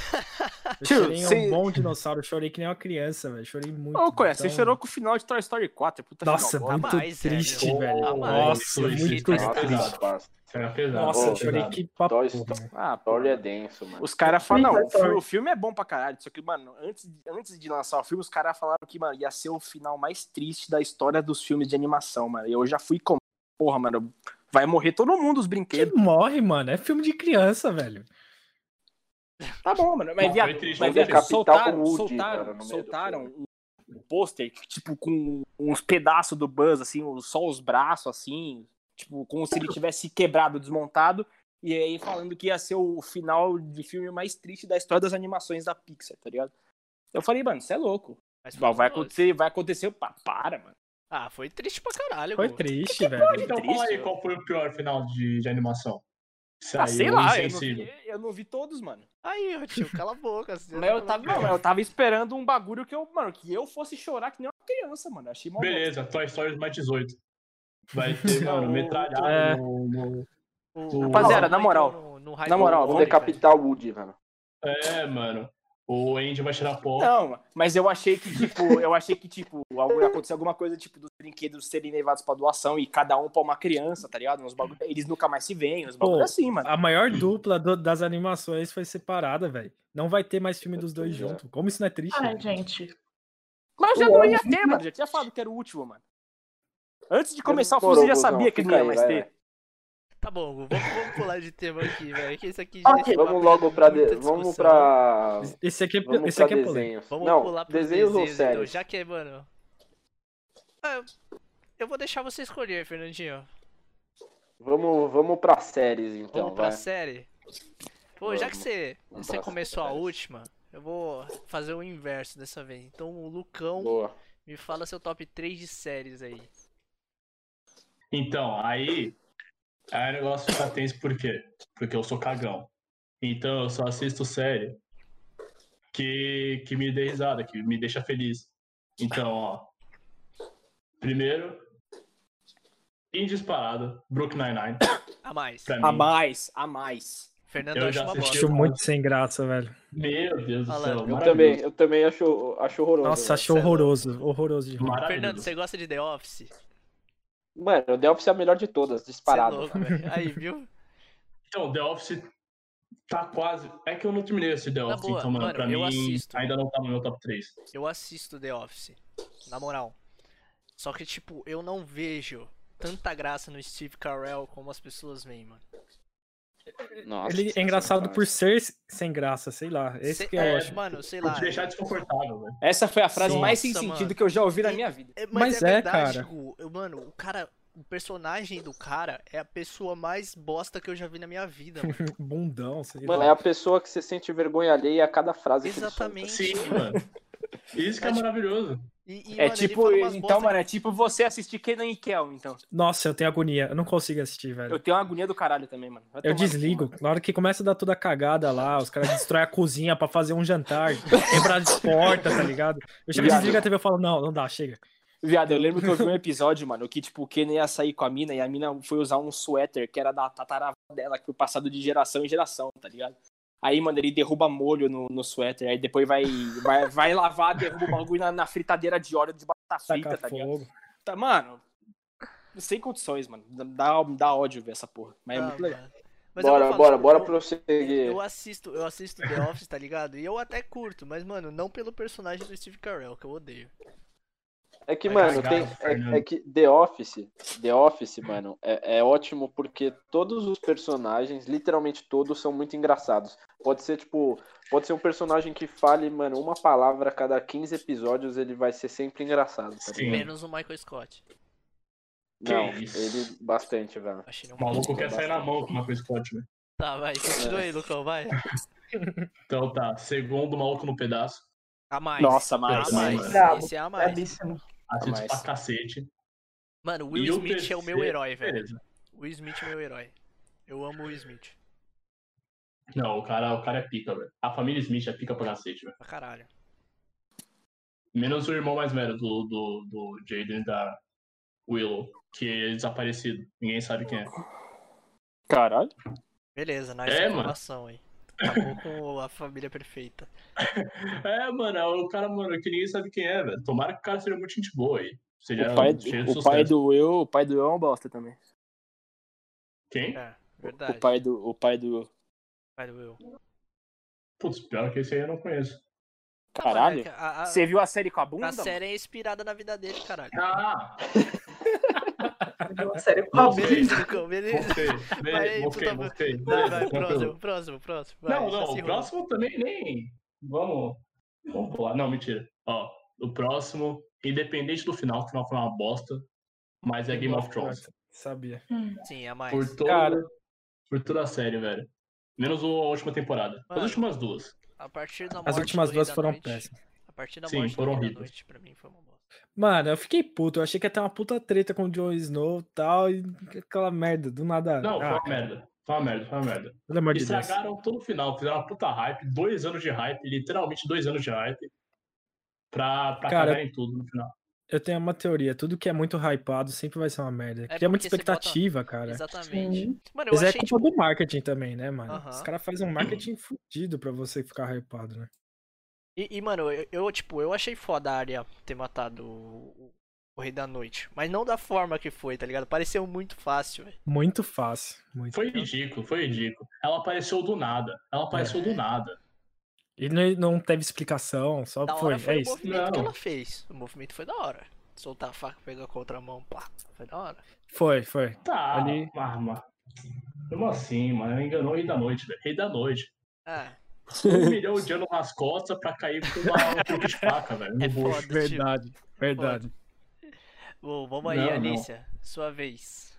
Eu
Tio,
chorei em
cê-
um bom dinossauro. Eu chorei que nem uma criança, velho. Chorei muito.
Ô, Coé, você
então-
chorou com o final de Toy Story 4. Puta
Nossa,
final bosta.
muito
mais,
triste,
velho.
velho.
Ah, mais.
Nossa,
Isso, isso,
muito
isso.
triste.
Nossa,
Nossa, parça.
Será pesado?
Nossa, eu
Ô,
chorei
pesado.
que papo.
Toy Story.
velho.
Ah,
Story
porra.
é denso, mano.
Os caras falam, não,
Toy
o fi-
Story.
o filme é bom pra caralho, só que, mano, antes, antes de lançar o filme, os caras falaram que, mano, ia ser o final mais triste da história dos filmes de animação, mano. E eu já fui com... Porra, mano, vai morrer todo mundo os
Que
brinquedos.
morre, mano. É filme de criança, velho.
Tá bom, mano, mas,
Não,
viado,
foi triste,
mas
foi
viado,
triste.
soltaram,
é Capital com o Woody,
soltaram,
cara, no meio do
soltaram um um pôster, que, tipo, com uns pedaços do Buzz, assim, os- só os braços, assim, tipo, como se ele tivesse quebrado, desmontado, e aí falando que ia ser o final de filme mais triste da história das animações da Pixar, tá ligado? Eu falei, mano, você é louco.
Mas
Vai, vai
foi doce.
acontecer, vai acontecer. Pá, para, mano.
Ah, foi triste pra caralho,
Foi
pô.
triste, velho.
Então
Triste,
fala aí
né?
qual foi o pior final de, de animação. Se
Tá,
Ah,
aí
sei
eu
lá, eu não,
insensível.
vi, eu não vi todos, mano.
Aí, ô tio, cala a boca. você
Mas eu
tá
tava,
maluco.
não, mas eu tava esperando um bagulho que eu, mano, que eu fosse chorar que nem uma criança, mano. Achei mó bosta.
Beleza, Toy Story mais 18.
*laughs*
Vai ter, mano, metralhado
É.
no, no-
O-
Rapaziada,
o
na
Michael
moral.
no- no hype
Na moral,
do
Vamos
Woody,
Olha,
velho.
decapitar o Woody, mano.
É, mano. O Andy vai tirar pó.
Não, mas eu achei que, tipo, eu achei que, tipo, algo- aconteceu alguma coisa, tipo, dos brinquedos serem levados pra doação e cada um pra uma criança, tá ligado? Uns bagulho, eles nunca mais se veem, uns bagulho
Pô, Ah,
assim, mano.
A maior dupla do- das animações foi separada, velho. Não vai ter mais filme dos dois
Pois é.
juntos. Como isso não é triste?
Ai,
velho?
gente.
Mas já
o
não
homem-
ia ter, mano. Já tinha falado que era o último, mano. Antes de começar o
Demorou,
filme, você já
Guzão,
sabia que
fica
não ia
aí,
mais
vai,
ter.
Tá bom, vamos, vamos pular de tema aqui, velho. Que isso aqui
Ok,
esse papo
Vamos
já
logo
deu
pra.
muita
de- Vamos
discussão.
pra.
Esse aqui é,
Vamos
esse
pra
aqui é polêmico.
desenhos.
Vamos
Não,
pular pros
desenhos, ou
então,
séries?
já que, mano. Ah, eu vou deixar você escolher, Fernandinho.
Vamos, vamos pra séries, então.
Vamos pra
vai.
série. Pô, já que
Vamos.
você,
Vamos
você
pra
começou a
série.
última, eu vou fazer o inverso dessa vez. Então, o Lucão,
Boa.
me fala seu top 3 de séries aí.
Então, aí. Aí o negócio fica tenso por quê? Porque eu sou cagão. Então eu só assisto série que, que me dê risada, que me deixa feliz. Então, ó. Primeiro, em disparada, Brook Nine-Nine.
A mais.
Pra mim,
A mais, a mais.
Fernando
Eu
acha
já
uma
assisti
bosta.
Acho muito sem graça, velho.
Meu Deus do
Olha lá,
céu.
eu
Eu
maravilhoso.
também, eu também acho, acho horroroso.
Nossa,
cê
achei
é
horroroso. Horroroso de ruim.
Maravilhoso.
Fernando, você é gosta de The Office?
Mano, o The Office é a melhor de todas,
Cê é
disparado.
louco,
*laughs*
velho. Aí, viu?
Então, The Office tá quase. É que eu não terminei esse The
Na
Office,
boa,
então, mano,
mano,
pra
eu
mim
assisto.
ainda não tá no meu top 3.
Eu assisto The Office. Na moral. Só que, tipo, eu não vejo tanta graça no Steve Carell como as pessoas veem, mano.
Nossa,
Ele é engraçado por ser sem graça, sei lá. Esse
Cê-
que eu
é,
acho.
Mano, sei
Vou
lá.
te deixar desconfortável, velho.
Essa foi a frase
Nossa,
mais sem
mano.
sentido que eu já ouvi na
E-
minha vida.
É, mas,
Mas
é,
é,
verdade,
cara.
Gu. Eu, mano, o cara. O personagem do cara é a pessoa mais bosta que eu já vi na minha vida, mano.
um Bundão, sei
Mano, é
lá.
a pessoa que você sente vergonha alheia a cada frase que ele solta.
Exatamente.
Sim, mano. Isso que é
Mas-
maravilhoso.
E- e,
É
mano, ele
tipo,
fala umas
então,
bosta-
mano, é tipo você assistir Kenan e Kel, então.
Nossa, eu tenho agonia. Eu não consigo assistir, velho.
Eu tenho uma agonia do caralho também, mano. Vai
Eu
tomar no cu,
desligo.
mano.
Na hora que começa a dar toda a cagada lá, os caras destroem a cozinha pra fazer um jantar, *laughs* quebrar as portas, tá ligado? Eu chego,
Viado.
desligo a TV e falo, não, não dá, chega.
Viado, eu lembro que eu vi um episódio, mano, que tipo, o Kenan ia sair com a mina e a mina foi usar um suéter que era da tataravó dela, que foi passado de geração em geração, tá ligado? Aí, mano, ele derruba molho no, no suéter, aí depois vai, vai, vai lavar, derruba o bagulho na, na fritadeira de óleo de batata frita,
Taca
tá ligado?
fogo.
Tá, mano, sem condições, mano. Dá, dá ódio ver essa porra. Mas é
Ah,
muito legal.
mano. Mas eu vou
bora,
falar,
bora,
tipo,
bora
eu-
prosseguir.
Eu assisto, eu assisto The Office, tá ligado? E eu até curto, mas, mano, não pelo personagem do Steve Carell, que eu odeio.
É que,
Vai
mano,
cagar,
tem,
Fernando.
né?
é, é que The Office, The Office, mano, é, é ótimo porque todos os personagens, literalmente todos, são muito engraçados. Pode ser, tipo, pode ser um personagem que fale, mano, uma palavra a cada 15 episódios, ele vai ser sempre engraçado. Tá
Sim.
ligado?
Menos o Michael Scott.
Que
Não,
isso.
ele bastante, velho.
Achei ele um
O maluco quer
bosta.
sair na mão com uma coisa Scott, velho.
Tá, vai, continua aí, Lucão, vai.
Então tá, segundo maluco no pedaço.
A mais.
Nossa,
a
mais.
mais.
Brabo.
Esse é a Tá mais.
Brabíssimo.
Assisto
Mas-
pra cacete.
Mano, Will
E o
Smith é o meu
terceiro-
herói, velho.
Beleza.
Will Smith é meu herói. Eu amo o Will Smith.
Não, o cara, o cara é pica, velho. A família Smith é pica pra cacete, velho.
Pra caralho.
Menos o irmão mais velho do, do, do Jaden e da Willow, que é desaparecido. Ninguém sabe quem é.
Caralho.
Beleza, na
É, mano.
informação aí. Acabou com a família perfeita.
É, mano, é o cara, mano, que ninguém sabe quem é, velho. Tomara que o cara seja muito gente boa aí. Seja
O pai,
cheio de
o
sucesso.
pai do Will, o pai do Will é um bosta também.
Quem?
É,
O
verdade.
pai do, o pai do
Pai do Will.
Putz, pior que esse aí eu não conheço.
caralho.
Ah, mano, a- a-
Você viu a série com a bunda?
A
mano?
série é inspirada na vida dele, caralho.
Ah!
Sério,
Voltei,
Beleza, Lucão, beleza. *laughs*
voltei,
Vai aí,
voltei,
puta-
voltei.
Vai,
beleza,
vai,
tranquilo.
próximo, próximo, próximo. Vai,
Não, não,
Saci
o
Roll.
próximo também nem. Vamos. Vamos pular. Não, mentira. Ó, o próximo, independente do final, o final foi uma bosta, mas é Game of Thrones.
Sabia.
Sim, a mais.
Por, todo,
Cara.
por toda a série, velho. Menos a última temporada. As
Mano.
últimas duas.
A partir da
As
morte
últimas
do
duas
Rei da
foram
Noite-
péssimas.
A partir da
Sim,
morte
foram
do Rei da
horríveis.
Noite, pra mim, foi uma bosta.
Mano, eu fiquei puto. Eu achei que ia ter uma puta treta com o Jon Snow e tal. E aquela merda, do nada.
Não, foi
ah,
uma merda. Foi uma merda, foi uma merda.
pelo amor de Deus.
Estragaram todo o final, fizeram uma puta hype, dois anos de hype, literalmente dois anos de hype. Pra, pra
Cara,
cagar em tudo no final.
Eu tenho uma teoria. Tudo que é muito hypado sempre vai ser uma merda. Cria
É porque
muita
você bota-
expectativa, cara.
Exatamente. Mano, eu
Mas é
achei,
culpa
tipo,
do marketing também, né, mano? Os
Aham.
caras fazem um marketing fudido pra você ficar hypado, né?
E, e, mano, eu, eu, tipo, eu achei foda a área ter matado o, o- o Rei da Noite. Mas não da forma que foi, tá ligado? Pareceu muito fácil, velho.
Muito fácil. Muito
Foi ridículo, foi ridículo. Ela apareceu do nada. Ela apareceu do nada.
E não, não teve explicação, só
Da
foi.
hora foi
é
o
isso.
movimento que
Não.
ela fez. O movimento foi da hora. Soltar a faca, pegar com a outra mão, pá. Foi da hora.
Foi, foi.
Tá,
Ali-
mas, mas- Como assim, mano? Enganou o rei da noite, velho. Rei da noite.
Ah,
Um milhão de anos nas costas pra cair com uma ponta de faca, velho. No
é
bolso.
foda, tipo.
Verdade, verdade.
Bom, vamos aí,
Não, não.
Alicia. Sua vez.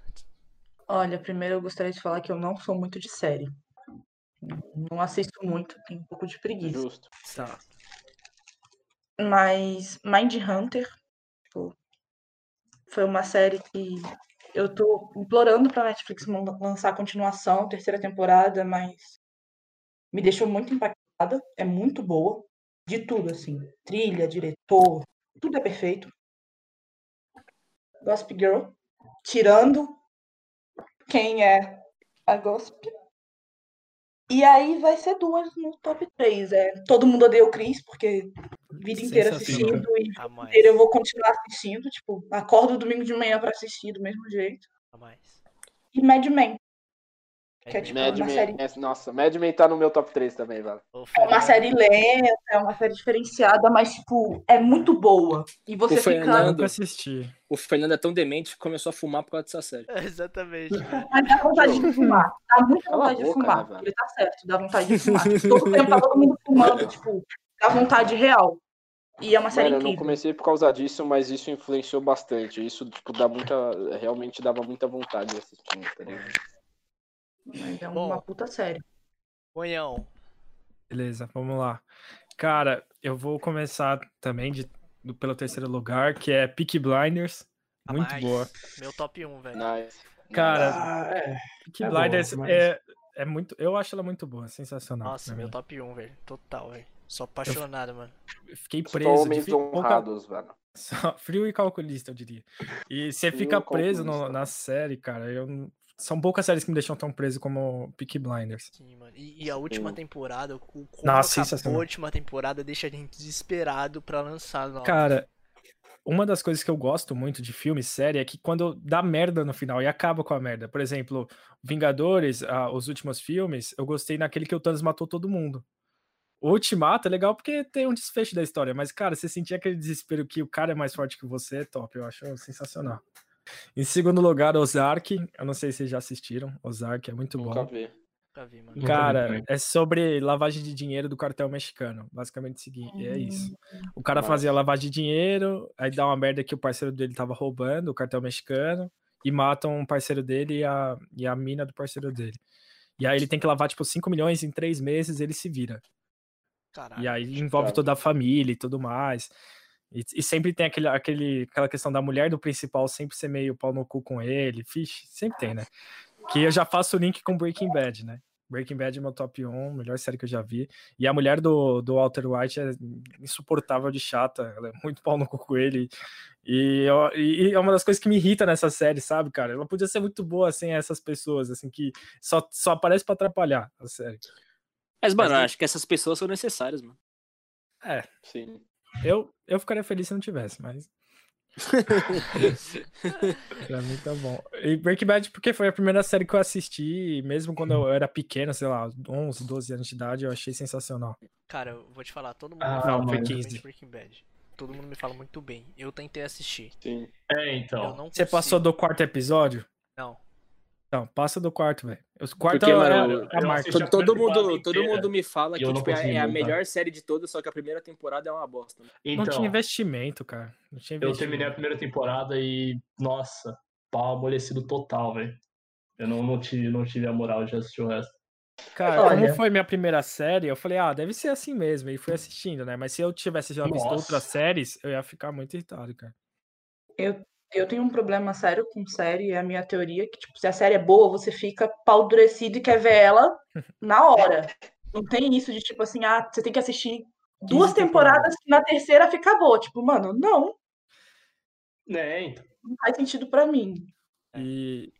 Olha, primeiro eu gostaria de falar que eu não sou muito de série. Não assisto muito, tenho um pouco de preguiça.
Justo.
Tá.
Mas Mind Hunter foi uma série que eu tô implorando pra Netflix man- lançar a continuação, terceira temporada, mas me deixou muito impactada. É muito boa. De tudo, assim. Trilha, diretor, tudo é perfeito. Gossip Girl. Tirando quem é a Gossip. E aí vai ser duas no top 3. É, todo mundo odeia o Chris, porque vida inteira
Sensacional.
assistindo e
A mais.
inteiro eu vou continuar assistindo, tipo, acordo domingo de manhã pra assistir do mesmo jeito.
A mais.
E Mad Men,
É
Que é
bem-
tipo
Mad
uma
Men,
série-
é- nossa, Mad Men tá no meu top 3 também, velho.
Ô,
é uma
Fernando,
série lenta, é uma série diferenciada, mas, tipo, é muito boa. E você
O
Eu
fica.
Fernando-
nunca assisti.
O Fernando é tão demente que começou a fumar por causa dessa série.
*laughs* Exatamente. velho.
Mas dá vontade de fumar. Dá muita
Cala a
vontade de
boca, né,
fumar.
velho?
Ele tá certo, dá vontade de fumar. Todo tempo tá todo mundo
*laughs*
fumando, tipo, dá vontade real. E é uma série
Mano, eu não
incrível.
comecei por causa disso, mas isso influenciou bastante. Isso, tipo, dá muita. Realmente dava muita vontade de assistir, tá ligado?
Mas é
Bom.
uma Então, é puta série.
Monhão.
Beleza, vamos lá. Cara, eu vou começar também de, do- pelo terceiro lugar, que é Peak Blinders.
Ah,
Muito
mas
boa.
Meu top 1, velho.
Nice.
Cara,
Ah, é.
Peak
é boa,
Blinders
mas-
é, é muito. Eu acho ela muito boa, sensacional.
Nossa,
pra
meu
mim.
top 1, velho. Total, velho. Sou apaixonado, mano.
Eu Fiquei
Só
preso. de
homens
fi- pouca-
honrados, velho.
*laughs* Só frio e calculista, eu diria. E você
Frio e
fica preso no-
calculista.
na série, cara. Eu, não- são poucas séries que me deixam tão preso como Peak Blinders.
Sim, mano. E, e a última
Sim.
temporada, o como
Nossa,
acabou
sensacional.
a última temporada deixa a gente desesperado pra lançar nova.
Cara, uma das coisas que eu gosto muito de filme e série é que quando dá merda no final e acaba com a merda. Por exemplo, Vingadores, ah, os últimos filmes, eu gostei naquele que o Thanos matou todo mundo. O Ultimato é legal porque tem um desfecho da história, mas, cara, você sentir aquele desespero que o cara é mais forte que você é top, eu acho sensacional. Em segundo lugar, Ozark. Eu não sei se vocês já assistiram. Ozark é muito
Nunca
bom.
vi.
Nunca vi, mano.
Nunca vi
Cara,
também.
é sobre lavagem de dinheiro do cartel mexicano. Basicamente, segui- é isso. O cara
Mas-
fazia lavagem de dinheiro, aí dá uma merda que o parceiro dele tava roubando, o cartel mexicano, e matam um parceiro dele e a, e a mina do parceiro dele. E aí ele tem que lavar, tipo, 5 milhões em 3 meses, ele se vira.
Caralho.
E aí envolve
cara.
toda a família e tudo mais. E, e sempre tem aquele, aquele, aquela questão da mulher do principal sempre ser meio pau no cu com ele. Fixe, sempre tem, né? Que eu já faço o link com Breaking Bad, né? Breaking Bad é meu top 1, melhor série que eu já vi. E a mulher do, do Walter White é insuportável de chata, ela é muito pau no cu com ele. E, eu- e- e é uma das coisas que me irrita nessa série, sabe, cara? Ela podia ser muito boa sem essas pessoas, assim, que só, só aparece pra atrapalhar a série.
Mas, mano,
Mas
eu acho que essas pessoas são necessárias, mano.
Sim.
Eu, eu ficaria feliz se não tivesse, mas. pra mim tá bom. E Breaking Bad, porque foi a primeira série que eu assisti, e mesmo quando eu era pequeno, sei lá, 11, 12 anos de idade, eu achei sensacional.
Cara, eu vou te falar, todo mundo
Ah,
me fala
não, foi
muito bem
15.
de Breaking Bad. Todo mundo me fala muito bem. Eu tentei assistir.
Sim.
É,
Eu
então.
não
Você passou
consigo.
do quarto episódio?
Não.
Não, passa do quarto, velho. Os quarto
Porque,
é-
mano,
é a
eu
marca.
assisti-
Todo,
a
todo
temporada
mundo, todo
inteira
mundo me fala
e
que
eu não
tipo, é,
consegui
é a
montar.
melhor série de todas, só que a primeira temporada é uma bosta. mano.
Não
Então,
tinha investimento, cara. Não tinha
eu
investimento.
terminei a primeira temporada e, nossa, pau amolecido total, velho. Eu não, não, tive, não tive a moral de assistir o resto.
Cara,
Olha.
como foi minha primeira série, eu falei, ah, deve ser assim mesmo. E fui assistindo, né? Mas se eu tivesse já visto
Nossa.
outras séries, eu ia ficar muito irritado, cara.
Eu tenho um problema sério com série, é a minha teoria que, tipo, se a série é boa, você fica pau endurecido e quer ver ela na hora. Não tem isso de, tipo assim, ah, você tem que assistir duas
15
temporadas que na terceira fica boa. Tipo, mano, não,
É, então.
não faz sentido pra mim.
É.
E,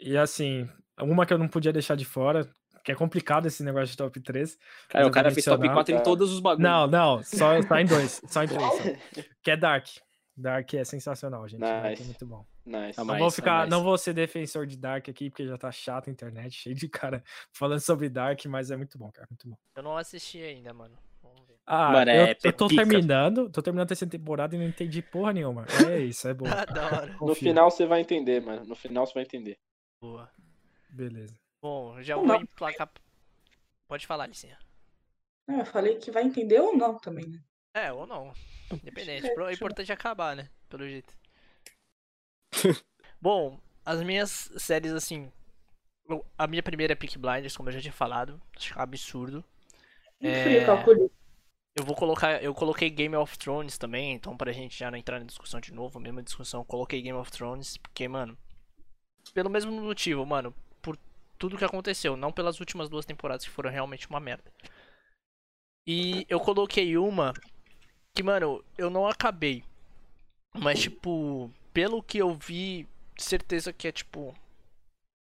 e assim, uma que eu não podia deixar de fora, que é complicado esse negócio de top 3.
Cara,
Mas
o
eu
cara
vou
fez top
mencionar.
4 em
cara.
todos os bagulhos.
Não, não, só, só em dois.
*laughs*
Só em três. só. Que é Dark. Dark é sensacional, gente. Dark é
Nice.
muito bom.
Nice.
Tá
Não
Mas-
vou, ficar,
mas-
não vou ser defensor de Dark aqui, porque já tá chato a internet, *laughs* cheio de cara falando sobre Dark, mas é muito bom, cara. Muito bom.
Eu não assisti ainda, mano. Vamos
*laughs*
ver. *laughs*
Ah,
Mano,
eu,
é
eu tô
pica.
terminando, tô terminando a terceira temporada e não entendi porra nenhuma. É isso, é bom.
*laughs*
Ah, da hora.
No
Confia.
final você vai entender, mano. No final você vai entender.
Boa.
Beleza.
Bom, já
Não.
vou emplacar. Pode falar, Licinha.
Ah, Eu falei que vai entender ou não também, né?
É, ou não. Independente. O importante é acabar, né? Pelo jeito. Bom, as minhas séries, assim. bom, A minha primeira é Peak Blinders, como eu já tinha falado. Acho é absurdo.
Um
É.
frio calculista.
Eu vou colocar. Eu coloquei Game of Thrones também, então pra gente já não entrar na discussão de novo, mesma discussão, eu coloquei Game of Thrones, porque, mano. Pelo mesmo motivo, mano. Por tudo que aconteceu, não pelas últimas duas temporadas que foram realmente uma merda. E eu coloquei uma que, mano, eu não acabei. Mas, tipo, pelo que eu vi, certeza que é, tipo.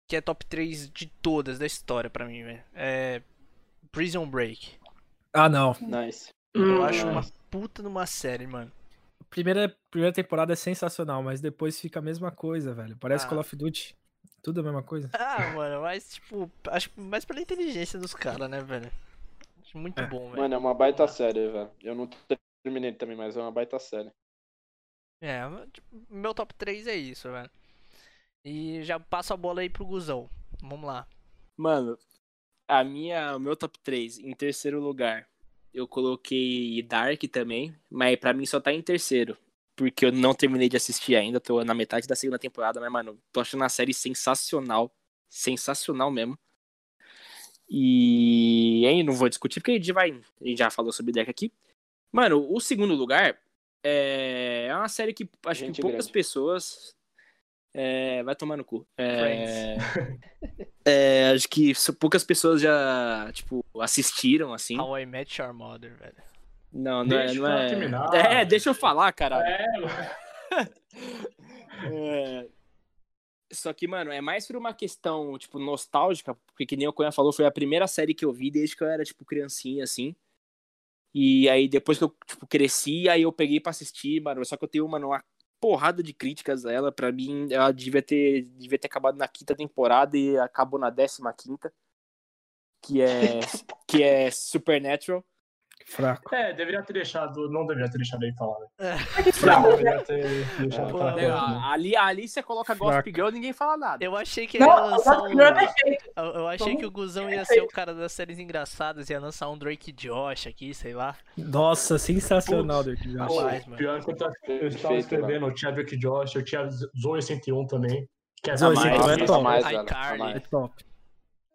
Que é top 3 de todas da história pra mim, velho. É. Prison Break.
Ah, não.
Nice.
Eu
Hum.
acho uma puta numa série, mano.
Primeira, primeira temporada é sensacional, mas depois fica a mesma coisa, velho. Parece
Ah.
Call of Duty. Tudo a mesma coisa.
Ah, mano, mas tipo, acho que mais pela inteligência dos caras, né, velho? Acho muito
É.
bom, velho.
Mano, é uma baita série, velho. Eu não terminei também, mas é uma baita série.
É, tipo, meu top 3 é isso, velho. E já passo a bola aí pro Guzão. Vamos lá.
Mano, a minha, o meu top 3, em terceiro lugar, eu coloquei Dark também, mas pra mim só tá em terceiro. Porque eu não terminei de assistir ainda, tô na metade da segunda temporada, mas, mano, tô achando a série sensacional. Sensacional mesmo. E aí, não vou discutir, porque a gente, vai, a gente já falou sobre Deck aqui. Mano, o segundo lugar é, é uma série que acho
Gente
que poucas
grande.
pessoas. é, vai tomar no cu. É,
Friends.
é, acho que s- poucas pessoas já, tipo, assistiram, assim.
How I Met Your Mother, velho.
Não, não é.
Deixa
Não
ela
é...
terminar.
é, deixa eu falar, caralho.
É, *laughs* mano.
É. Só que, mano, é mais por uma questão, tipo, nostálgica, porque que nem o Cunha falou, foi a primeira série que eu vi desde que eu era, tipo, criancinha, assim. E aí, depois que eu, tipo, cresci, aí eu peguei pra assistir, mano. Só que eu tenho, mano, uma porrada de críticas a ela. Pra mim, ela devia ter, devia ter acabado na quinta temporada e acabou na décima quinta. Que é, que é Supernatural.
Fraco.
É, deveria ter deixado. Não deveria ter deixado ele falar. né?
Fraco.
Deveria ter deixado
Pô,
falar.
né,
tudo,
a-
né?
Ali, ali você coloca Gossip Girl e ninguém fala nada.
Eu achei que ele ia
Não, o
lançar
Gossip
um.
Girl é perfeito.
Eu, eu achei
Vamos-
que o Guzão ia ser o cara das séries engraçadas, ia lançar um Drake Josh aqui, sei lá.
Nossa, sensacional, Dirk Josh.
Pô, mais, mano.
Pior que eu, tava- eu estava
Perfeito,
escrevendo, eu tinha Vic Josh, eu tinha Zoe 101 também. Que é
Zoe
da
101 é
Marvel.
top.
mais,
Ai,
velho.
Carly.
É
mais.
top.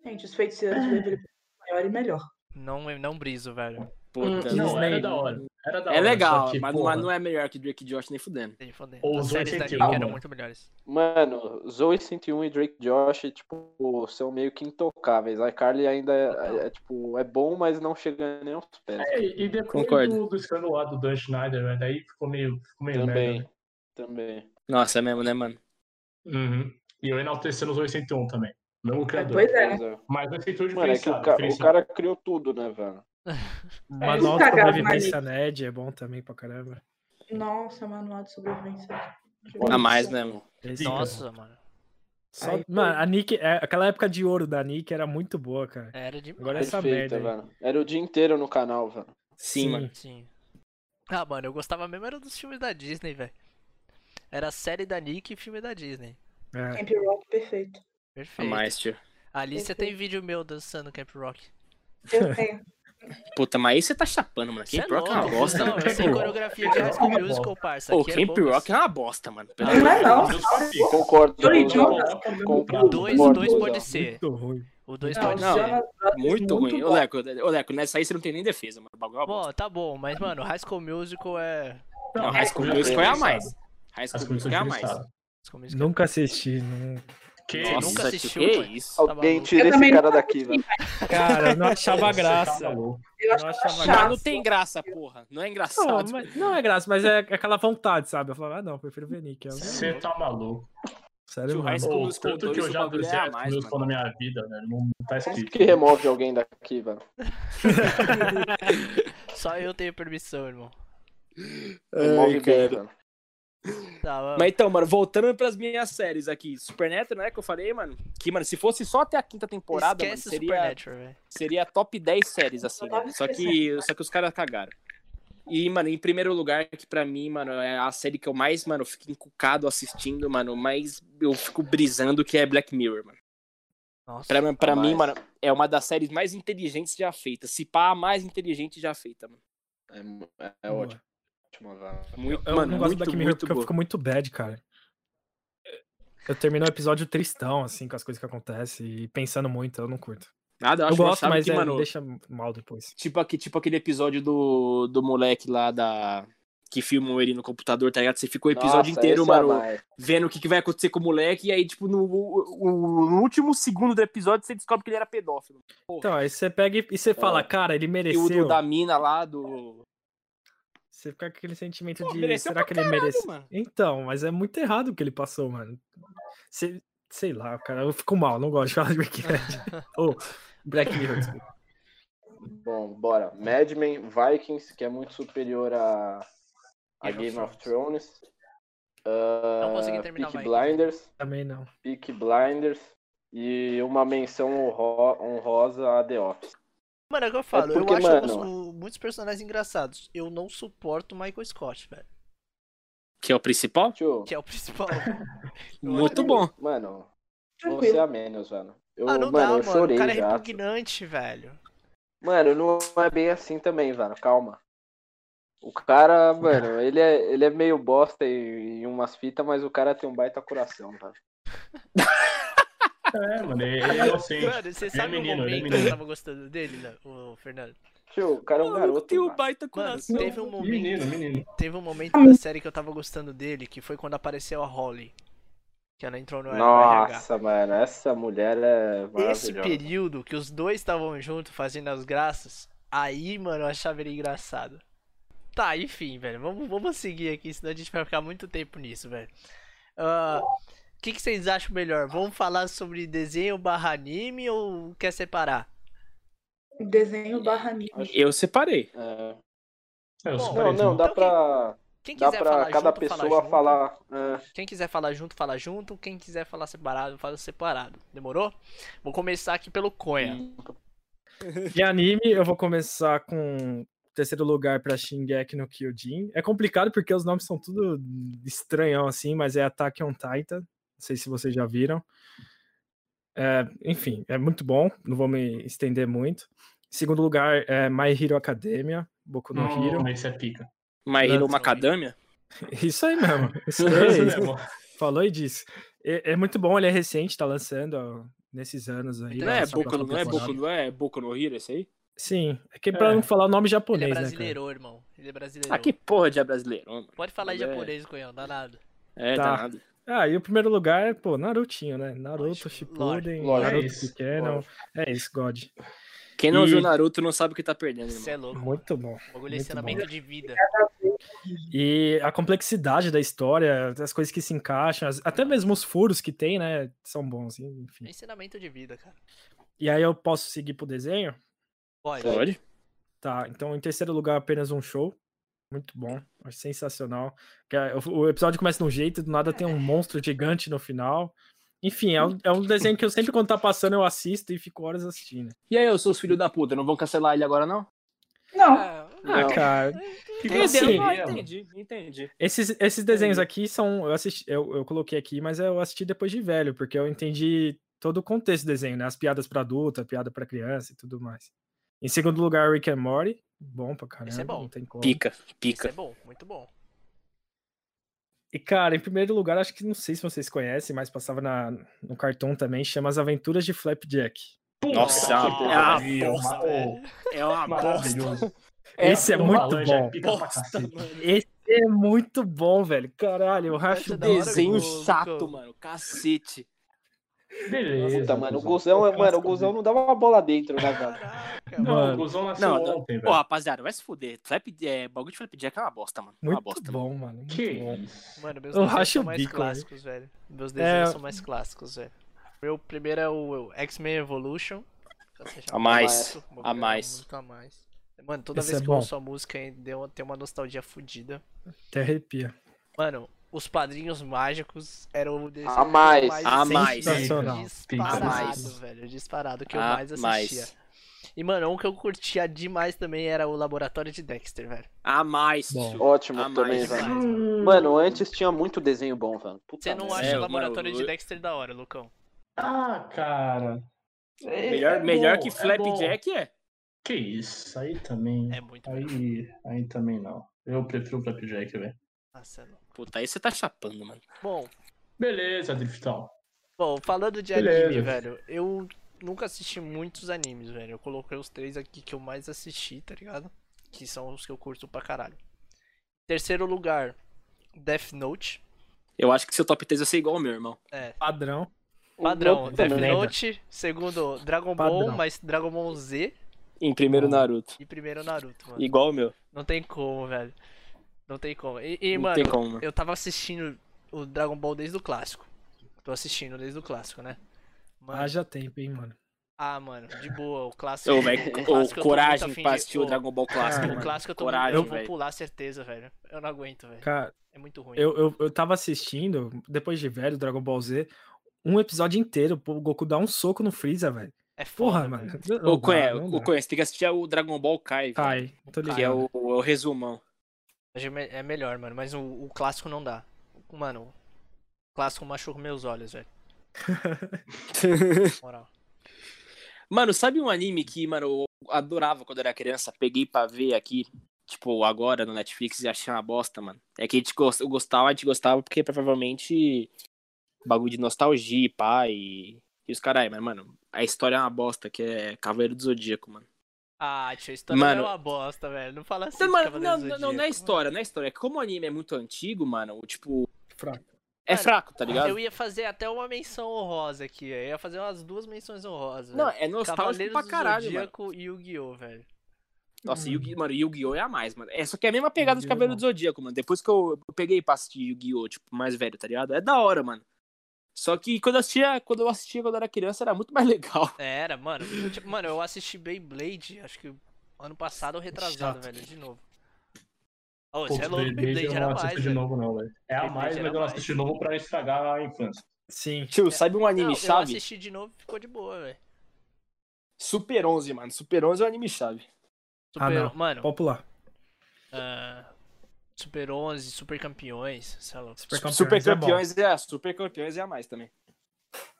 Gente, os feiticeiros do Waverly Place maior e melhor.
Não, não briso, velho.
Puta,
Hum, Não, era
Disney.
da hora. Era da
É
hora,
legal,
só que,
mas,
porra,
mas não é melhor que Drake e Josh nem fudendo.
Sem foder.
Ou
As
Zoe
séries da
101,
Nick
Tá
eram
mano.
muito melhores.
Mano, Zoe 101 e Drake Josh, tipo, são meio que intocáveis. A Carly ainda é, é, tipo, é bom, mas não chega nem aos pés.
É, e depois
Concordo.
do, do escândalo lá do Dan Schneider, velho, aí ficou meio, ficou meio é merda. né?
Também. Também.
Nossa, é mesmo, né, mano?
Uhum. E eu enaltecendo os 801 também. Não o criador.
Pois é.
Pois é.
Mas o 801 de
Mano, é que o, ca- o cara criou tudo, né, velho?
Manual de
Eles cagaram
sobrevivência Ned é bom também pra caramba.
Nossa, manual de sobrevivência.
A mais, né, mano?
Esse-
Nossa, mano.
É Só-
Aí foi.
mano, a Nick, é, aquela época de ouro da Nick era muito boa, cara.
Era demais.
Agora essa merda.
Perfeita,
aí.
velho. Era o dia inteiro no canal, velho.
Sim, mano.
Hum.
Sim. Ah, mano, eu gostava mesmo era dos filmes da Disney, velho. Era série da Nick e filme da Disney.
É.
Camp Rock perfeito.
A
Perfeito.
mais, tio.
Ali você tem
Perfeito.
vídeo meu dançando Camp Rock.
Eu tenho.
Puta, mas aí você tá chapando, mano. Camp
Cê
Rock é uma
louco.
bosta,
Não,
mano.
eu sei coreografia
é
de High School Musical, parça.
Pô,
Aqui é
Camp
poucas.
Rock é uma bosta, mano. Pelo
Não
amor
é
de
não.
Deus.
Concordo.
Johnny
concordo,
Jones.
concordo,
Dois,
concordo,
dois pode
Zé.
ser.
Muito ruim.
O dois
Não,
pode
não.
ser.
Jonas Brothers,
Muito ruim. Ô,
bom.
Leco, ô, Leco, nessa aí você não tem nem defesa, mano. O bagulho é uma bosta.
Bom, tá bom, mas, mano, High School Musical é.
então,
Não, High School Musical é a mais. High
High
School
School
Musical é a mais.
Musical.
High School Musical.
Nunca assisti. não-
Que
Nossa,
isso,
nunca
Nossa, tio,
assistiu,
que
mano.
isso?
Tá
Alguém
maluco.
tira
Eu
esse
também
cara
não
daqui, velho.
Cara, não *laughs* achava
é
você
graça.
tá maluco.
Eu acho que
Eu achava
ela
graça.
Mas
chata.
não tem graça, porra. Não é
Não,
engraçado.
mas- não é graça, mas é aquela vontade, sabe? Eu falava, ah, não, prefiro ver Nick. Eu,
Você tá maluco.
sério,
Tio,
mano.
High School
Pô,
Musical
tanto que
2,
eu
o
já
bagulho é
adorei
a
High School
mais,
Musical
mano.
na minha vida, velho. Não tá escrito.
Que é, remove alguém daqui, velho.
Só eu tenho permissão, irmão.
Remove bem, velho.
Tá, mano.
Mas então, mano, voltando pras minhas séries aqui. Supernatural, né, que eu falei, mano? Que, mano, se fosse só até a quinta temporada,
Esquece
mano, seria,
Supernatural, velho.
seria top 10 séries, assim. mano. Só que, só que os caras cagaram. E, mano, em primeiro lugar, que pra mim, mano, é a série que eu mais, mano, fico encucado assistindo, mano, mas eu fico brisando, que é Black Mirror, mano.
Nossa.
Pra, pra mim,
Mas-
mano, é uma das séries mais inteligentes já feitas. Se pá, a mais inteligente já feita, mano.
É, é, é
Boa.
ótimo, velho.
Muito,
Eu
mano,
não gosto
muito,
do Black Mirror
muito
porque eu
boa.
fico muito bad, cara. Eu termino o episódio tristão, assim, com as coisas que acontecem e pensando muito, eu não curto.
Nada, eu
Eu,
acho
gosto,
engraçado
mas
que,
é,
mano,
deixa mal depois.
Tipo, aque- tipo aquele episódio do, do moleque lá da. Que filmam ele no computador, tá ligado? Você ficou o episódio
Nossa,
inteiro,
esse é a
mano,
mais.
vendo o que, que vai acontecer com o moleque, e aí, tipo, no, o- o- no último segundo do episódio, você descobre que ele era pedófilo.
Então, aí você pega e, e você fala, cara, ele
E o do-
mereceu.
da mina lá do.
Você fica com aquele sentimento
Pô,
de,
mereceu
será
pra
que ele
caralho,
mereceu?
mano.
Então, mas é muito errado o que ele passou, mano. Você- sei lá, cara, eu fico mal, não gosto de falar de
*laughs*
Breaking Bad. Ou Black Mirror, desculpa.
Bom, bora. Mad Men, Vikings, que é muito superior a, a
Game of
Game of Thrones. Ah,
Não consegui terminar
Peaky
Vikings.
Blinders,
também não.
Peaky Blinders e uma menção honro- honrosa a The Office.
Mano, é o que eu falo.
porque,
eu acho
mano-
os- o- muitos personagens engraçados. Eu não suporto o Michael Scott, velho.
Que é o principal?
Tio,
Que é o principal.
Muito bom.
mano, você é
Tranquilo.
a menos, mano. Eu,
ah, não
mano, eu
dá, mano.
chorei
O cara é
já.
repugnante, velho.
Mano, não é bem assim também, mano. Calma. O cara,
*laughs*
mano, ele é, ele é meio bosta em, em umas fitas, mas o cara tem um baita coração, velho.
É, mano, ele ele é inocente.
Mano, você
é
sabe
menino,
o
ele é
momento que eu
menino.
tava gostando dele, né, o Fernando?
Tio, o cara é um garoto.
tem um
mano.
baita
Mano,
coração.
teve um momento,
é
Menino, menino.
teve um momento da série que eu tava gostando dele, que foi quando apareceu a Holly. Que ela entrou no, no RH.
Nossa, mano, essa mulher é
Esse
maravilhosa.
período que os dois estavam juntos fazendo as graças, aí, mano, eu achava ele engraçado. Tá, enfim, velho. Vamos, vamos seguir aqui, senão a gente vai ficar muito tempo nisso, velho. Ah, O que, que vocês acham melhor? Vamos falar sobre desenho barra anime ou quer separar?
Desenho barra anime.
Eu separei.
É.
É, eu
Bom,
sou
Não,
parecido.
não, dá
Então,
pra,
Quem
dá
quiser
pra
falar
cada
junto,
pessoa
fala junto.
falar. é.
Quem quiser falar junto, fala junto. Quem quiser falar separado, fala separado. Demorou? Vou começar aqui pelo é Conha.
De anime, eu vou começar com terceiro lugar pra Shingeki no Kyojin. É complicado porque os nomes são tudo estranhão assim, mas é Attack on Titan. Não sei se vocês já viram. É, enfim, é muito bom. Não vou me estender muito. Segundo lugar é My Hero Academia, Boku no Hero.
Esse é pica.
My Hero
Nossa,
Macadamia?
*laughs* Isso aí mesmo. Isso
É
aí.
isso *laughs* mesmo.
Falou e disse. É, é muito bom, ele é recente, tá lançando ó, nesses anos aí.
Não é
lançou a
Boku, não é
temporada.
Boku, não é Boku no Hero esse aí?
Sim, é que pra
É.
não falar o nome
Ele é
japonês, né, cara?
brasileiro, irmão. Ele é brasileiro.
Ah, que porra de é brasileiro, mano.
Pode falar em
É.
japonês, Conhão, dá nada.
É,
Tá.
tá. danado.
Ah, e o primeiro lugar é, pô, Narutinho, né? Naruto,
Lógico,
Shippuden,
lógico.
Naruto
É isso,
Pequeno. É isso, God.
Quem não
E-
viu Naruto não sabe o que tá perdendo,
Você
irmão.
é louco.
Muito bom.
O bagulho é
muito
ensinamento de vida. É
E a complexidade da história, as coisas que se encaixam, as- até mesmo os furos que tem, né? São bons, enfim.
É ensinamento de vida, cara.
E aí eu posso seguir pro desenho?
Pode.
Pode?
Tá, então em terceiro lugar, apenas um show. Muito bom, acho sensacional. Que é- o- O episódio começa de um jeito, do nada tem um monstro gigante no final. Enfim, é um, é um desenho que eu sempre, quando tá passando, eu assisto e fico horas assistindo.
E aí, os seus filhos da puta, não vão cancelar ele agora, não?
Não,
Ah,
Ah,
Não.
cara,
Entendeu?
assim,
Não, entendi, entendi.
Esses,
É,
esses desenhos aqui são. Eu, assisti, eu, eu coloquei aqui, mas eu assisti depois de velho, porque eu entendi todo o contexto do desenho, né? As piadas pra adulto, a piada pra criança e tudo mais. Em segundo lugar, Rick and Morty. Bom pra caramba.
Esse é bom.
Não tem como.
Pica,
isso
pica.
é bom, muito bom.
E, cara, em primeiro lugar, acho que não sei se vocês conhecem, mas passava na, no cartão também, chama As Aventuras de Flapjack.
Nossa,
Puta
é uma
que pariu,
bosta.
maravilhoso.
É uma bosta.
Maravilhoso.
Esse é
o
muito
Alan já
bom.
pica pra
Bosta,
cacete.
mano.
Esse é muito bom, velho. Caralho, o
Esse é
Racho
da hora,
Desenho
Goku.
chato, mano. Cacete.
Beleza.
Puta, mano, o
Guzão.
Guzão, é- mano, o Guzão não dá uma bola dentro, né, velho?
Caraca,
Não,
mano.
Não,
Mano.
o Guzão nasceu
Não, não.
ontem,
Pô,
velho.
rapaziada, vai se fuder. Flap, é, bagulho de Flapjack é uma bosta, mano. É uma
Muito
bosta.
bom, mano. Muito
Que
bom.
isso.
Mano, meus
Eu
desenhos
racho
são
o
mais
bico, né?
clássicos, velho. Meus desenhos
É.
são mais clássicos, velho. Meu primeiro é o o X-Men Evolution.
A mais,
Meu primeiro
a
é
mais.
muito a mais. Mano, toda
Esse
vez
é
que eu
bom.
ouço a música, hein, deu- tem uma nostalgia fodida.
Até arrepia.
Mano, os Padrinhos Mágicos eram um o desenho
A mais,
a mais.
Sensacional.
Disparado,
A mais.
velho. Disparado que eu
A
mais
mais.
assistia. E, mano, um que eu curtia demais também era o Laboratório de Dexter, velho.
A Ah, mais,
Bom.
tio.
*laughs* Ótimo
A
também,
mais,
Demais,
velho.
mano.
Mano, antes tinha muito desenho bom, velho. Puta
Você não
merda.
acha
É,
o Laboratório
mano,
de
eu-
Dexter da hora, Lucão?
Ah, cara. É,
Melhor,
é
melhor
bom,
que
é
Flapjack é.
bom. Que isso, aí também.
É muito melhor.
Aí, aí também não. Eu prefiro o Flapjack, velho.
Nossa, não.
Puta, aí você tá chapando, mano.
Bom,
Beleza, Driftão.
bom, falando de
Beleza.
anime, velho, eu nunca assisti muitos animes, velho. Eu coloquei os três aqui que eu mais assisti, tá ligado? Que são os que eu curto pra caralho. Terceiro lugar, Death Note.
Eu acho que seu top 3 vai ser igual ao meu, irmão.
Padrão.
Padrão,
Nope
Death
também.
Note. Segundo, Dragon Ball,
Padrão.
mas Dragon Ball Z.
Em primeiro,
Bom.
Naruto.
E primeiro, Naruto, mano.
Igual ao meu.
Não tem como, velho. Não tem como. E, e,
não
mano,
tem como, mano.
eu tava assistindo o Dragon Ball desde o clássico. Tô assistindo desde o clássico, né? Mano,
Haja tempo, hein, mano.
ah, mano, de boa, o clássico.
Ô,
o
velho,
um clássico eu tô
ô,
muito
coragem
afim
pra
de-
assistir o
ô,
Dragon Ball clássico.
Ah,
O
mano.
clássico eu tô
Coragem,
muito, eu vou
velho.
pular certeza, velho. Eu não aguento, velho.
Cara,
É muito ruim.
eu, eu, eu tava assistindo, depois de velho, Dragon Ball Z, um episódio inteiro, pô, o Goku dá um soco no Freeza, velho.
É foda,
Porra,
velho.
mano.
Ô,
Não dá,
Cunha,
não
ô,
dá.
Cunha, você tem que assistir o Dragon Ball Kai, velho.
Kai, tô ligado.
Que é o, é o
*laughs*
resumão.
Hoje é me- É melhor, mano, mas o, o clássico não dá. Mano, o clássico machuca meus olhos, velho. Na Moral.
Mano, sabe um anime que, mano, eu adorava quando era criança? Peguei pra ver aqui, tipo, agora no Netflix e achei uma bosta, mano. É que a gente gost- eu gostava, a gente gostava porque provavelmente bagulho de nostalgia, pá, e,
E os caras, mas, mano, a história é uma bosta, que é Cavaleiro do Zodíaco, mano.
Ah, tio, a história
Mano-
é uma bosta, velho. Não fala assim.
Não,
de
Então, mano,
Cavaleiro
não,
do
não, não,
Zodíaco.
não é história, não é história. É que Como o anime é muito antigo, mano, o tipo.
Fraco.
É
Mano,
fraco, tá ligado?
Eu ia fazer até uma menção honrosa aqui. Eu ia fazer umas duas menções honrosas.
Não,
velho.
é nostálgico
Cavaleiros
pra
do
caralho, mano.
Zodíaco e Yu-Gi-Oh, velho.
Nossa,
Hum.
Yu-Gi- mano, Yu-Gi-Oh! é a mais, mano. É, só que é a mesma pegada do
Yu-Gi-Oh!
Cavaleiro do Zodíaco, mano. Depois que eu, eu peguei pra assistir Yu-Gi-Oh! tipo, mais velho, tá ligado? É da hora, mano. Só que quando eu assistia, quando eu assistia quando eu era criança, era
*laughs*
muito mais legal.
Era, mano. Tipo, mano, eu assisti Beyblade, acho que ano passado ou retrasado, velho, de novo. Oh,
Putz,
você é louco,
Beyblade
Beyblade
eu não
era
assisto
mais,
de
velho.
novo, não, velho. É a
Beyblade
mais,
era
mas eu não
mais.
assisto de novo pra estragar a infância.
Sim.
Tio, sabe um
Não,
anime
eu
chave?
assisti de novo e ficou de boa, velho.
Super 11, mano. Super 11 é um anime chave.
Ah,
Super,
não.
mano,
Popular.
ah, Super 11, Super Campeões, você é louco.
Super campeões.
Super
é bom.
campeões é, a super campeões é a mais também.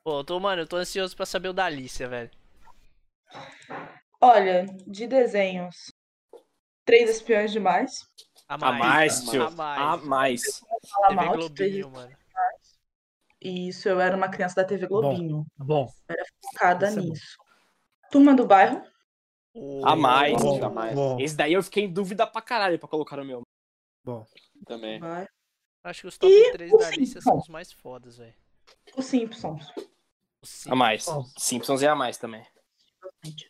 Pô, eu tô, mano, eu tô ansioso pra saber o da Alicia, velho.
Olha, de desenhos. Três espiões demais.
A
A
mais.
mais, tio.
A mais.
A
É
mais.
Tá
Fala
TV
mal de três.
Globinho, mano.
Isso, eu era uma criança da TV
Bom.
Globinho,
é Bom,
focada
Isso é bom.
nisso. Turma do bairro,
A mais,
bom,
tio. A mais.
bom.
Esse daí eu fiquei em dúvida pra caralho pra colocar no meu.
Também.
vai.
Acho que os top
E
3
o
da Alicia são os mais fodas, velho.
os Simpsons.
Os
A
cinco.
mais.
Bom.
Simpsons é a mais também.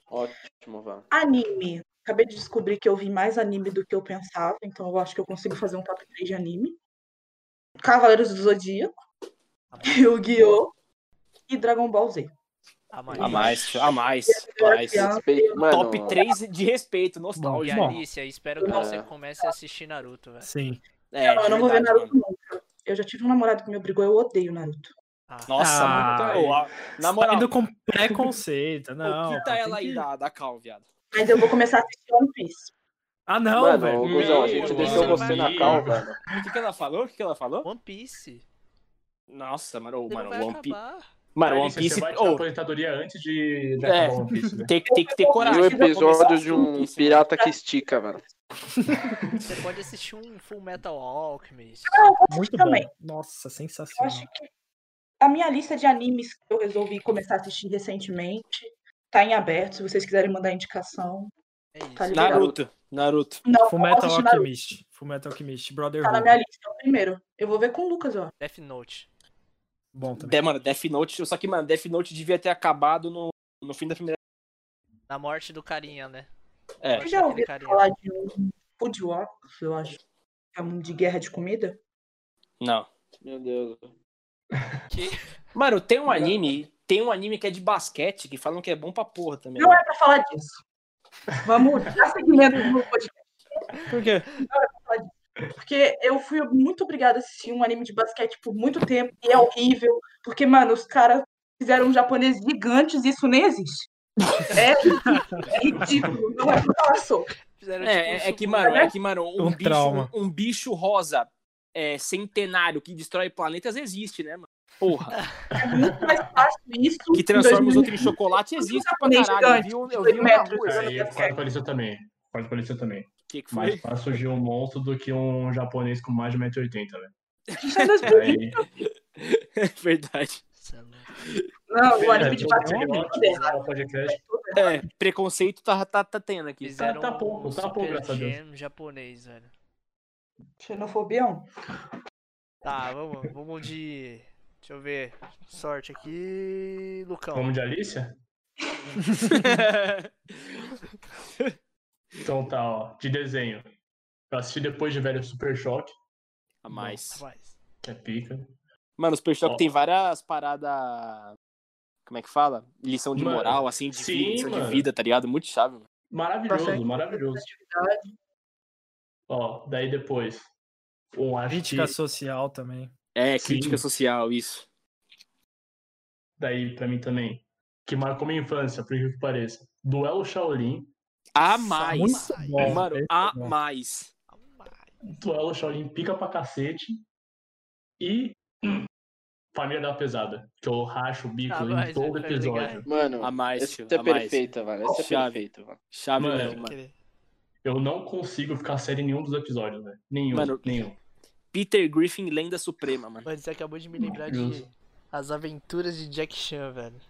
Ótimo, Van.
Anime. Acabei de descobrir que eu vi mais anime do que eu pensava, então eu acho que eu consigo fazer um top 3 de anime. Cavaleiros do Zodíaco,
Tá
Yu-Gi-Oh! e Dragon Ball Z.
A mais.
A mais, tio. A mais.
Eu era
mais.
criança,
Respeito- Mano,
Top 3 de respeito,
E
Bom, e
nostálgico.
Bom.
Alicia, espero
É.
que
Não.
você comece a assistir Naruto, velho.
sim.
É,
não, eu não vou ver
verdade,
Naruto
mano.
nunca. Eu já tive um namorado que me obrigou, eu odeio Naruto.
Nossa,
Ah,
mano. Ô, a- Na
Tá
moral,
indo com preconceito.
*laughs*
Não.
o que tá
tem
ela
que-
aí da, da Cal, viado?
Mas eu vou começar a assistir One Piece.
Ah, não,
mano,
velho.
ô, Guzão,
Meu,
a gente
mano.
deixou você na
Meu.
calva.
O que, que ela falou? O que, que ela falou?
One Piece.
Nossa, mano, ô,
Ele
mano,
não vai
One Piece.
acabar.
Mano, One
Alice,
Piece.
Você
é
vai tirar
ô,
a aposentadoria antes de, de
É.
acabar o One Piece, velho.
tem, que- tem que ter coragem.
Mil
pra começar assim,
episódios de
One
um
Piece, mano.
pirata que estica, mano.
Você pode assistir um Full Metal Alchemist.
Eu vou assistir
Muito bom.
também.
Nossa,
Eu
sensacional.
acho que a minha lista de animes que eu resolvi começar a assistir recentemente tá em aberto, se vocês quiserem mandar indicação.
É isso.
Tá ligado?
Naruto, Naruto.
Não, eu
Fullmetal
vou assistir Naruto,
Alchemist. Fullmetal Alchemist.
tá na
Brotherhood.
minha lista, é o primeiro. Eu vou ver com o Lucas, ó.
Death Note.
Bom também.
De, mano, Death Note. Só que, mano, Death Note devia ter acabado no, no fim da primeira.
Na morte do carinha, né?
É.
Morte
Eu já ouvi
daquele carinha.
falar de um Food Wars, eu acho. É um de guerra de comida.
Não.
Meu Deus.
Mano, tem um anime. Tem um anime que é de basquete que falam que é bom pra porra também.
Não é pra falar disso. Vamos dar segmento no podcast. é
Por quê?
Porque eu fui muito obrigada a assistir um anime de basquete por muito tempo e é horrível. Porque, mano, os caras fizeram um japonês gigantes e isso nem existe. É, ridículo, é ridículo. Não é pra falar sobre.
Fizeram,
É,
tipo,
é,
um
é que,
suco-
mano, é que, mano, um,
Um
bicho,
trauma.
um bicho rosa é, centenário que destrói planetas existe, né, mano? Porra,
É muito mais fácil isso.
que transforma os
em
outros em chocolate existe pra caralho. Eu vi, um- eu vi um na rua.
Dois
Aí eu concordo com a Alice também. Concordo com a Alice também.
Que que foi?
Mais fácil surgir um monstro do que um japonês com mais de 1,80m, velho.
2020.
Aí,
É *laughs* verdade.
Cê é louco.
Não, o anime de
Tipo,
basquete é
ótimo,
um
muito errado.
no podcast.
Então.
É, *laughs* preconceito tá, tá, tá tendo aqui.
Fizeram
tá pouco,
um
tá pouco,
Super
graças a Deus.
Jam japonês, velho.
Xenofobia é um.
Tá, vamos, vamos de... Deixa eu ver. Sorte aqui, Lucão.
Vamos de Alicia? Então tá, ó. De desenho. Eu assisti depois de velho Super Choque,
*laughs* A mais.
Rapaz.
que é pica.
Mano, o Super Choque
Ó.
tem várias paradas. Como é que fala? Lição de
Mano,
moral, assim, de vida,
sim,
lição de
mano.
vida, tá ligado? Muito chave, mano.
Maravilhoso,
Bastante.
maravilhoso. Ó, daí depois. Um acho que
Crítica social também.
É,
Sim.
crítica social, isso.
daí pra mim também. Que marcou minha infância, por incrível que pareça. Duelo Shaolin.
A mais.
Muito bom.
Mano,
Esse é
a
bom.
mais.
Duelo Shaolin pica pra cacete. E. *clears throat* hum, Família da Pesada. Que eu racho o bico
Tá,
em
mas
todo
eu quero ligar.
episódio.
Mano,
A mais,
esse
tio,
é
a mais.
perfeito, mano. Esse é
Chave.
perfeito, mano.
Chave
Mano,
mesmo, mano.
Aquele-
Eu não consigo ficar sério em nenhum dos episódios, velho. Nenhum.
Mano,
nenhum.
Peter Griffin, lenda suprema, mano.
Mano, você acabou de me lembrar de
Justo.
As Aventuras de Jack Chan, velho.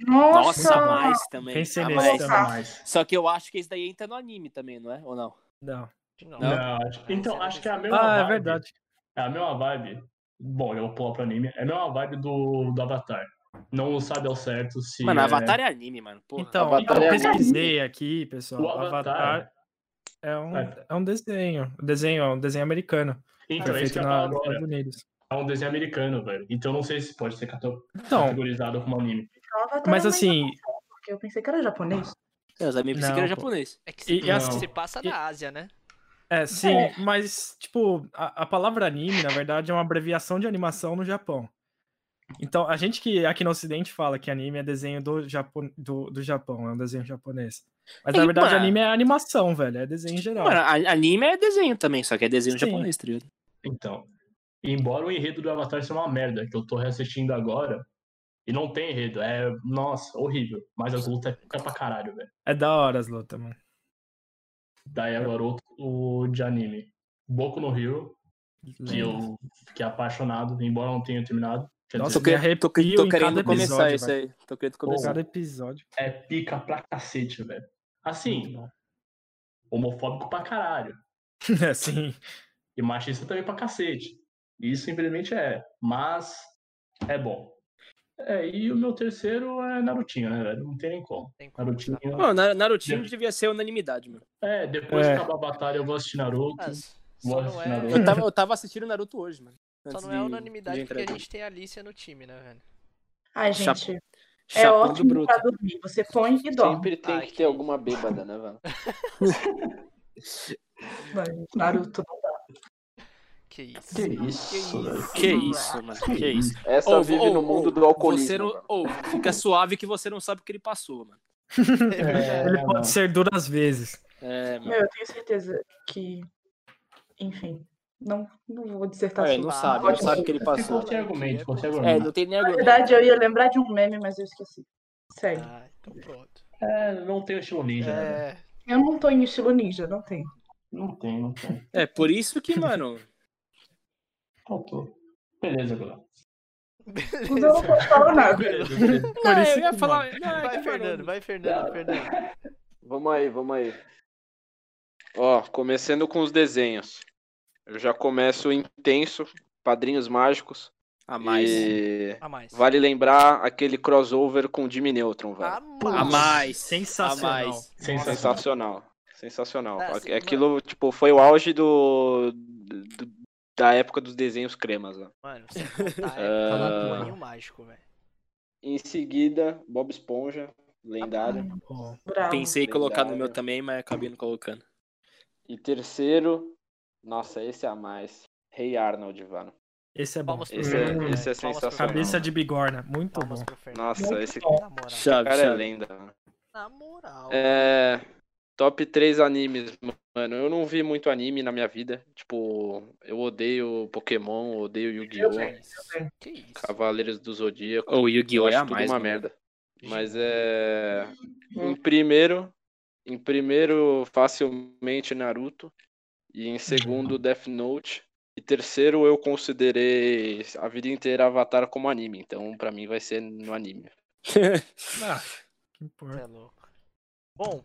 Nossa,
Nossa, mais também.
Pensei
a
nesse
mais.
também.
mais.
Só que eu acho que esse daí entra no anime também, não é? Ou não?
Não.
Não.
Não.
Não, acho- então, acho que é a mesma
Ah, é
vibe.
verdade.
É a mesma vibe. Bom, eu vou pular pro anime. É a mesma vibe do, do Avatar. Não sabe ao certo se.
Mano,
é...
Avatar é anime, mano. Porra.
Então,
Avatar
eu
é
pesquisei aqui, pessoal.
O Avatar.
É um,
É.
é um desenho. O desenho é um desenho americano.
Então, é
foi
isso que
feito
eu
na-
tava
nos
agora.
Estados Unidos.
É um desenho americano, velho. Então não sei se pode ser cata-
Então,
categorizado como anime.
Avatar
mas
é
assim,
porque eu pensei que era japonês.
Os amigos pensei que
Não,
era
pô.
japonês.
É que se,
E- e
assim-
se passa na Ásia, né?
é, sim, mas, tipo, a, a palavra anime, na verdade, é uma abreviação de animação no Japão. Então, a gente que aqui no Ocidente fala que anime é desenho do, Japo, do, do Japão, é um desenho japonês. Mas, na
Ei,
verdade,
mano.
anime é animação, velho, é desenho em geral.
Mano, a- anime é desenho também, só que é desenho
Sim.
japonês, tá ligado?
Então. Embora o enredo do Avatar seja uma merda, que eu tô reassistindo agora. E não tem enredo. É, nossa, horrível. Mas as lutas é pra caralho, velho.
É da hora as lutas, mano.
Daí agora outro o de anime. Boku no Hero, que
Lembro.
eu fiquei apaixonado, embora não tenha terminado. Quer
Nossa,
dizer,
eu me arrepio em cada episódio, velho.
aí. Tô querendo
Cada episódio. *laughs*
é pica pra cacete, velho.
Muito
Assim,
bom.
homofóbico pra caralho.
É, sim.
E machista também pra cacete. Isso simplesmente é. Mas é bom. É, e o meu terceiro é Narutinho, né, velho? Não tem nem como.
Tem como
Narutinho.
Mano, Na- Narutinho devia ser unanimidade, mano.
É, depois
É.
que acabar a batalha eu vou assistir Naruto.
Ah,
Mas só
Gosto
não
de
é,
Naruto.
Eu tava, eu tava assistindo Naruto hoje, mano.
só
antes
não é
de-
unanimidade
de
porque
entrar
a
aqui.
gente tem a Alicia no time, né, velho?
Ai,
Chap-
gente, é
Chapéu de
ótimo
bruto.
pra dormir. Você põe e dorme.
Sempre tem
Ai,
que
que-
ter alguma bêbada, né, velho?
mano. Naruto.
Que isso.
Que isso, velho.
Que isso, mano. Que isso.
Essa
Ô,
vive
ô,
no
ô,
mundo do alcoolismo.
Você não,
velho.
ô, fica suave que você não sabe o que ele passou, mano.
É,
Ele
mano.
pode ser duras vezes.
É, mano.
Meu, eu tenho certeza que. Enfim. Não, não vou dissertar
É,
sobre
não
isso.
sabe, não
Pode
sabe o que
ser.
ele passou.
Ficou sem argumento, ficou sem
É,
argumento.
não tem nem
Na
argumento.
verdade, eu ia lembrar de um meme, mas eu esqueci. Sério.
Ah, então pronto.
É, não tem o estilo ninja, né? velho?
É,
Eu não tô em estilo ninja, não *laughs* tem.
Não tem, não tem.
É, por isso que, mano.
Faltou. Beleza, Bruno.
Então eu não posso
*laughs*
falar nada.
Beleza, beleza.
Não,
isso
eu ia
que,
falar. Não,
Vai,
é que, mano,
Fernando, vai, Fernando, Fernando.
Vamos aí, vamos aí. Ó, começando com os desenhos. Eu já começo intenso, Padrinhos Mágicos.
A mais.
E
A mais.
vale lembrar aquele crossover com o Jimmy Neutron, velho.
A
A
mais.
mais.
Sensacional.
A mais.
Sensacional.
Sensacional. Sensacional.
Ah,
Aqu-
sim,
Aquilo, tipo, foi o auge do, do- da época dos desenhos cremas, né?
Mano, sem contar, é falar do
Ah.
Aninho Mágico, velho.
Em seguida, Bob Esponja,
Ah,
lendário.
Ó,
Bravo.
Pensei em colocar no meu
Lendário.
também, mas acabei não colocando.
E terceiro, nossa, esse é a mais. Rei Arnold, mano.
esse é bom.
Palmas pro
Esse é-
Fernando. velho.
esse é
Palmas pro
sensacional.
Cabeça
Fernando.
de bigorna.
é
Muito
Palmas
bom.
pro Fernando.
Nossa, esse
Na moral.
Chave,
cara é
chave.
lenda, mano.
Na moral.
É, top 3 animes, mano. Eu não vi muito anime na minha vida. Tipo, eu odeio Pokémon, odeio
Eu
Yu-Gi-Oh!
bem, eu bem.
Que isso.
Cavaleiros do Zodíaco.
Ou Yu-Gi-Oh!
Eu
é a
acho tudo
mais.
uma
mano.
merda. Mas é. Em primeiro. Em primeiro, facilmente Naruto. E em segundo, Death Note. E terceiro, eu considerei a vida inteira Avatar como anime. Então, pra mim, vai ser no anime.
Ah, que
Cê
importa.
é louco. Bom,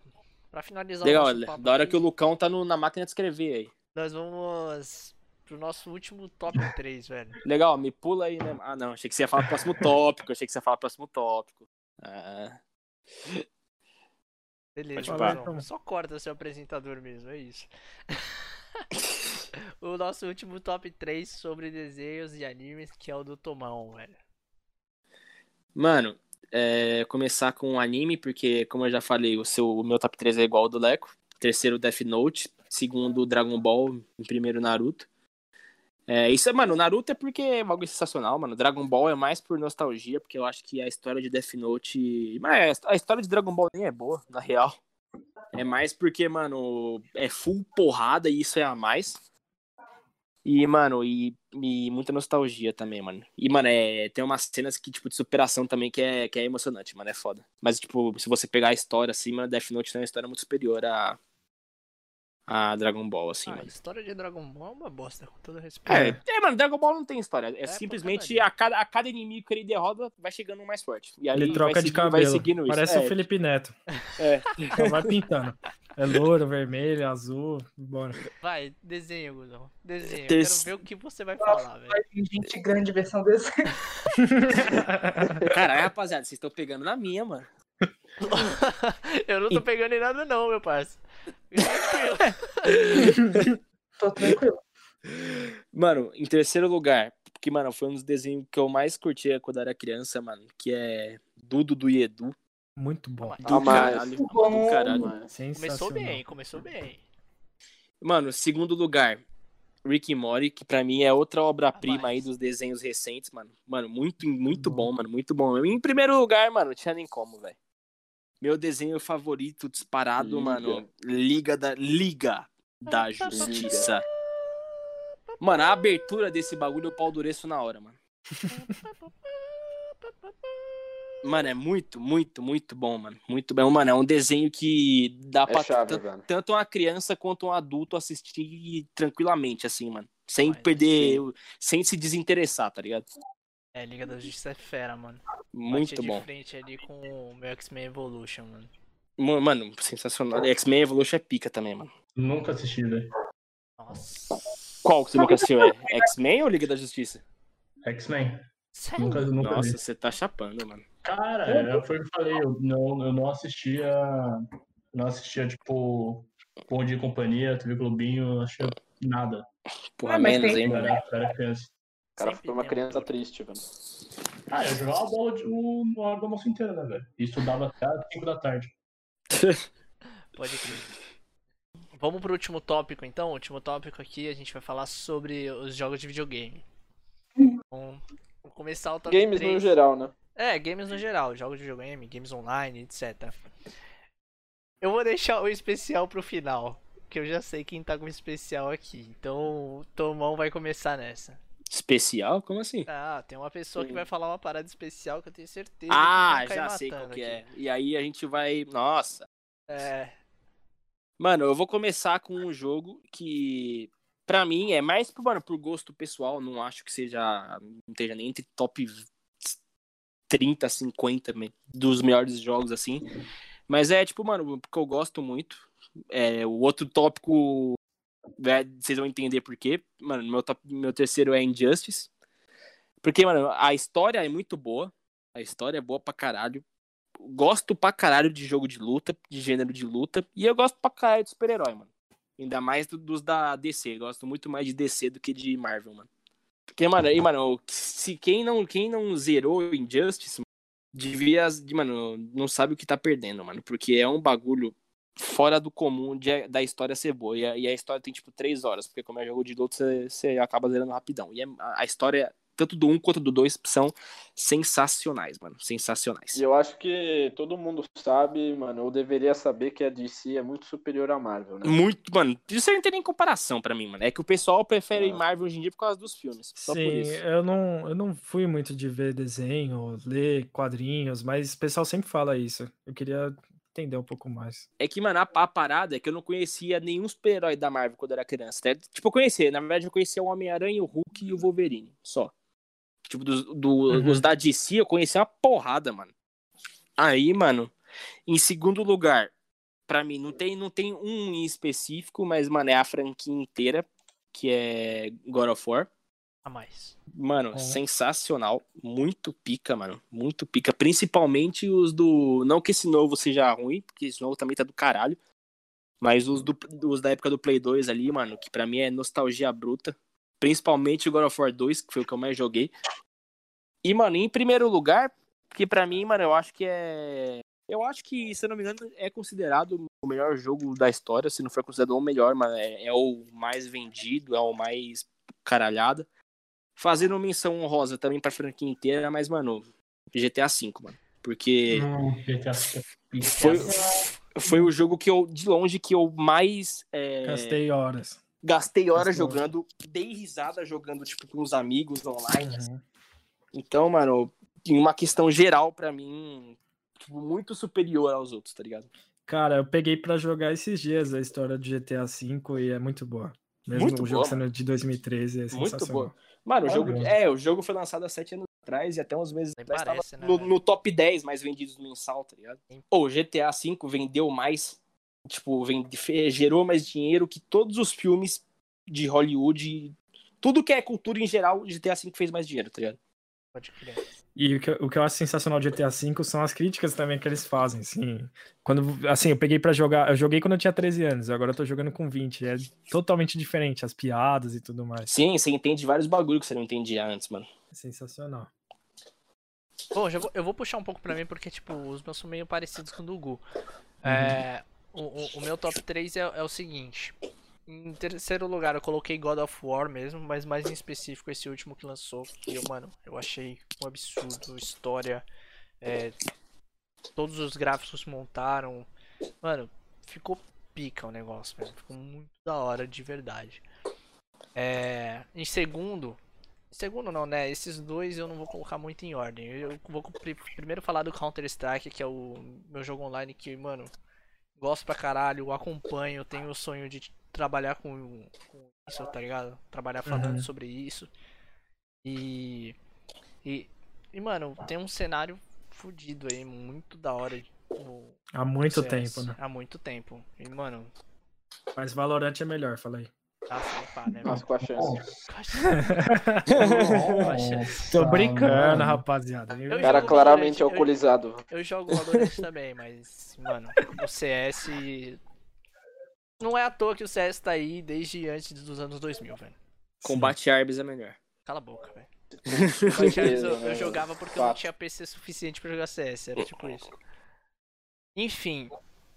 pra finalizar
*laughs* Legal,
o nosso
olha.
papo
Da hora
aqui,
que o Lucão tá no- na máquina de escrever aí.
nós vamos pro nosso último
*laughs*
top 3, velho.
Legal, me pula aí, né? Ah, não. Achei que você ia falar próximo tópico. Achei que você ia falar próximo tópico. Ah,
Beleza,
Pode parar.
Luizão. Só corta seu apresentador mesmo, é isso. *laughs* o nosso último top 3 sobre desenhos e animes, que é o do Tomão, velho.
Mano, é, começar com anime, porque, como eu já falei, o, seu, o meu top 3 é igual ao do Leco. Terceiro, Death Note. Segundo, Dragon Ball. Em primeiro, Naruto. É, isso é, mano, Naruto é porque é um bagulho sensacional, mano. Dragon Ball é mais por nostalgia, porque eu acho que a história de Death Note. Mas a história de Dragon Ball nem é boa, na real. É mais porque, mano, é full porrada e isso é a mais. E, mano, e, e muita nostalgia também, mano. E, mano, é, tem umas cenas que, tipo, de superação também que é, que é emocionante, mano. É foda. Mas, tipo, se você pegar a história assim, mano, Death Note é uma história muito superior a, a Dragon Ball, assim,
Ah, a
mano.
história de Dragon Ball é uma bosta, com todo respeito.
É, é, mano, Dragon Ball não tem história. É,
É
simplesmente
porcaria.
a cada, a cada inimigo que ele derrota vai chegando um mais forte. E aí
Ele troca
vai
de
seguindo- vai
cabelo.
seguindo isso.
Parece
É,
o Felipe Neto.
É.
Só vai pintando. É louro, vermelho, azul. Bora.
Vai, desenha, Guzão. Desenha. Eu
Terce-
Quero ver o que você vai falar, velho.
Mas, Gente grande versão desenho.
Caralho, rapaziada, vocês estão pegando na minha, mano.
Eu não tô pegando em nada, não, meu parça. Fica tranquilo.
*laughs*
*laughs*
Tô tranquilo.
Mano, em terceiro lugar, porque, mano, foi um dos desenhos que eu mais curtia quando era criança, mano, que é Dudu do Edu.
Muito bom.
Do
mas-
caralho.
Bom.
Do caralho.
Sensacional.
Começou bem, começou bem.
Mano, segundo lugar, Rick and Morty, que pra mim é outra obra-prima aí
Rapaz.
dos desenhos recentes, mano. Mano, muito, muito bom, mano, muito bom. Em primeiro lugar, mano, tinha nem como, velho. Meu desenho favorito disparado,
Liga.
mano, Liga da Liga da Justiça. Mano, a abertura desse bagulho eu pau dureço na hora, mano. Mano, é muito, muito, muito bom, mano. Muito bom, mano. É um desenho que dá
É
pra
chave, velho.
tanto uma criança quanto um adulto assistir tranquilamente, assim, mano. Sem
Mas,
perder, sem se desinteressar, tá ligado?
É, Liga da Justiça é fera, mano.
Muito
Batia de
bom.
frente ali com o meu X-Men Evolution, mano.
Mo- Mano, sensacional. X-Men Evolution é pica também, mano.
Nunca assisti, velho.
Nossa.
Qual que você nunca assistiu? É X-Men ou Liga da Justiça?
X-Men.
Sério?
Nunca, nunca vi.
Nossa, você tá chapando, mano.
Cara, foi o que eu falei, eu não, eu não assistia. Não assistia, tipo, Bom Dia e Companhia, TV Globinho, eu não assistia nada.
Porra,
Ah, mas
menos,
tem-
hein,
Eu
mano.
era, eu era criança.
O cara
Sempre
foi uma
tem um
criança
problema.
triste, velho.
Ah, eu jogava bola de, o, na hora do almoço inteiro, né, velho? E estudava até as 5 da tarde.
Pode crer. Vamos pro último tópico, então. O último tópico aqui a gente vai falar sobre os jogos de videogame. Então, vou começar o top
Games no
3.
geral, né?
É, games no geral, jogos de videogame, games online, etc. Eu vou deixar o especial pro final, que eu já sei quem tá com o especial aqui. Então, o Tomão vai começar nessa.
Especial? Como assim?
Ah, tem uma pessoa que vai falar uma parada especial que eu tenho certeza. que
Ah,
vai cair
já sei qual
matando
que
aqui.
é. E aí a gente vai. Nossa.
É,
Mano, eu vou começar com um jogo que, pra mim, é mais pro, mano, pro gosto pessoal. Não acho que seja. Não esteja nem entre top 30, 50 me- dos melhores jogos, assim. Mas é, tipo, mano, porque eu gosto muito. É, o outro tópico. é, vocês vão entender por quê. Mano, meu, top- meu terceiro é Injustice. Porque, mano, a história é muito boa. A história é boa pra caralho gosto pra caralho de jogo de luta, de gênero de luta, e eu gosto pra caralho de super-herói, mano. Ainda mais do- dos da DC. Gosto muito mais de DC do que de Marvel, mano. Porque, mano, aí, mano, se quem não, quem não zerou Injustice, mano, devia. de- Mano, não sabe o que tá perdendo, mano. Porque é um bagulho fora do comum de- da história ser boa. E a, e a história tem, tipo, três horas. Porque como é jogo de luta, você- você acaba zerando rapidão. E é- a, a história, tanto do um quanto do dois são sensacionais, mano. Sensacionais.
E eu acho que todo mundo sabe, mano, ou deveria saber que a DC é muito superior à Marvel, né?
Muito, mano. Isso aí não tem nem comparação pra mim, mano. É que o pessoal prefere
Ah.
Marvel hoje em dia por causa dos filmes. Só por
Sim,
isso.
eu não, eu não fui muito de ver desenho, ler quadrinhos, mas o pessoal sempre fala isso. Eu queria entender um pouco mais.
É que, mano, a, a parada é que eu não conhecia nenhum super-herói da Marvel quando eu era criança. Né? Tipo, eu conhecia. Na verdade, eu conhecia o Homem-Aranha, o Hulk e o Wolverine. Só. Tipo, dos, do,
Uhum.
os da DC, eu conhecia uma porrada, mano. Aí, mano, em segundo lugar, pra mim, não tem, não tem um em específico, mas, mano, é a franquia inteira, que é God of War.
a mais.
Mano,
Bom.
sensacional. Muito pica, mano. Muito pica. Principalmente os do. Não que esse novo seja ruim, porque esse novo também tá do caralho. Mas os, do... os da época do Play 2 ali, mano, que pra mim é nostalgia bruta. Principalmente o God of War 2, que foi o que eu mais joguei. E, mano, em primeiro lugar, que pra mim, mano, eu acho que é. Eu acho que, se eu não me engano, é considerado o melhor jogo da história. Se não for considerado o melhor, mano, é, é o mais vendido, é o mais caralhada. Fazendo menção honrosa também pra franquia inteira, mas, mano, GTA V, mano. Porque
Não, GTA pica.
foi, foi o jogo que eu, de longe, que eu mais. é,
Gastei horas.
Gastei horas
Gastei horas.
jogando, dei risada jogando, tipo, com os
Uhum.
amigos online. Então, mano, em uma questão geral pra mim,
tipo, muito superior aos outros, tá ligado?
Cara, eu peguei pra jogar esses dias a história do GTA V e é muito boa. Mesmo
Muito
o jogo
boa,
sendo de 2013, é
Muito
sensacional.
boa. Mano, o
Ah,
jogo,
não.
é, o jogo foi lançado há sete anos atrás e até uns meses
Nem
atrás tava
parece, né,
no,
velho?
no top 10 mais vendidos mensal, tá ligado? Ou GTA V vendeu mais, tipo, vende, fe- gerou mais dinheiro que todos os filmes de Hollywood, tudo que é cultura em geral, GTA V fez mais dinheiro, tá ligado?
Pode crer.
E o que, eu- o que eu acho sensacional de GTA V são as críticas também que eles fazem, assim. Quando, assim, eu peguei pra jogar, eu joguei quando eu tinha 13 anos, agora eu tô jogando com 20, é totalmente diferente, as piadas e tudo mais.
Sim, você entende vários bagulho que você não entendia antes, mano.
É sensacional.
Bom, já vou- eu vou puxar um pouco pra mim, porque, tipo, os meus são meio parecidos com o do Gu. É, o, o- o meu top 3 é, é o seguinte. Em terceiro lugar, eu coloquei God of War mesmo, mas mais em específico esse último que lançou, que eu, mano, eu achei um absurdo. História, é, todos os gráficos montaram. Mano, ficou pica o negócio mesmo. Ficou muito da hora, de verdade. É, em segundo, Segundo não, né? Esses dois eu não vou colocar muito em ordem. Eu vou pri- primeiro falar do Counter-Strike, que é o meu jogo online que, mano, gosto pra caralho, acompanho, tenho o sonho de trabalhar com, com isso, tá ligado? Trabalhar falando
Uhum.
sobre isso. E, e. E, mano, tem um cenário fudido aí, muito da hora no
Há muito
CS,
tempo, né?
Há muito tempo. E, mano,
Mas Valorant é melhor, falei.
tá flipar, né?
Mas com a chance.
é
*laughs* Tô brincando,
Ah, mano.
rapaziada.
Eu
O cara
jogo
claramente
Valorant,
é
eu- *laughs*
alcoolizado.
Eu jogo Valorant também, mas, mano, o CS. Não é à toa que o CS tá aí desde antes dos anos 2000, velho.
Combate Arbs é melhor.
Cala a boca, velho.
Com
Combate Arms
certeza,
Eu, eu
né?
jogava porque eu não
Fato.
tinha PC suficiente pra jogar CS, era tipo isso. Enfim,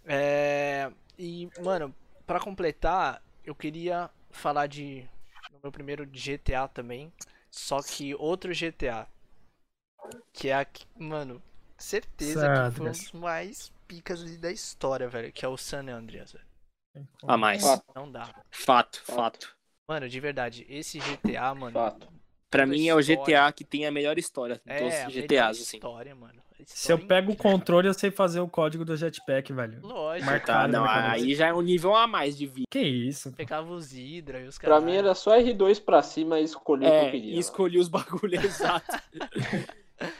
é... E, mano, pra completar, eu queria falar de. No meu primeiro GTA também. Só que outro GTA. Que é a. que- Mano, certeza que foi um
Sadras.
dos mais picas ali da história, velho. Que é o San Andreas, velho.
A mais.
Fato.
Não dá.
Fato, fato.
Mano, de verdade, esse GTA, mano.
Fato.
Pra
Toda
mim é o
história.
GTA que tem a melhor história dos
É, a melhor
GTAs, assim.
história, mano. A
Se eu
história
pego o
inteira.
controle, eu sei fazer o código do jetpack, velho.
Lógico.
Marca-
Tá,
Cara,
não,
na cabeça.
aí já é um nível a mais de vida.
Que isso?
Pegava os Hydra e os
Pra
caras.
mim era só R2 pra cima e escolher o que eu
É,
queria. né?
e escolhi
*laughs*
os bagulhos exatos.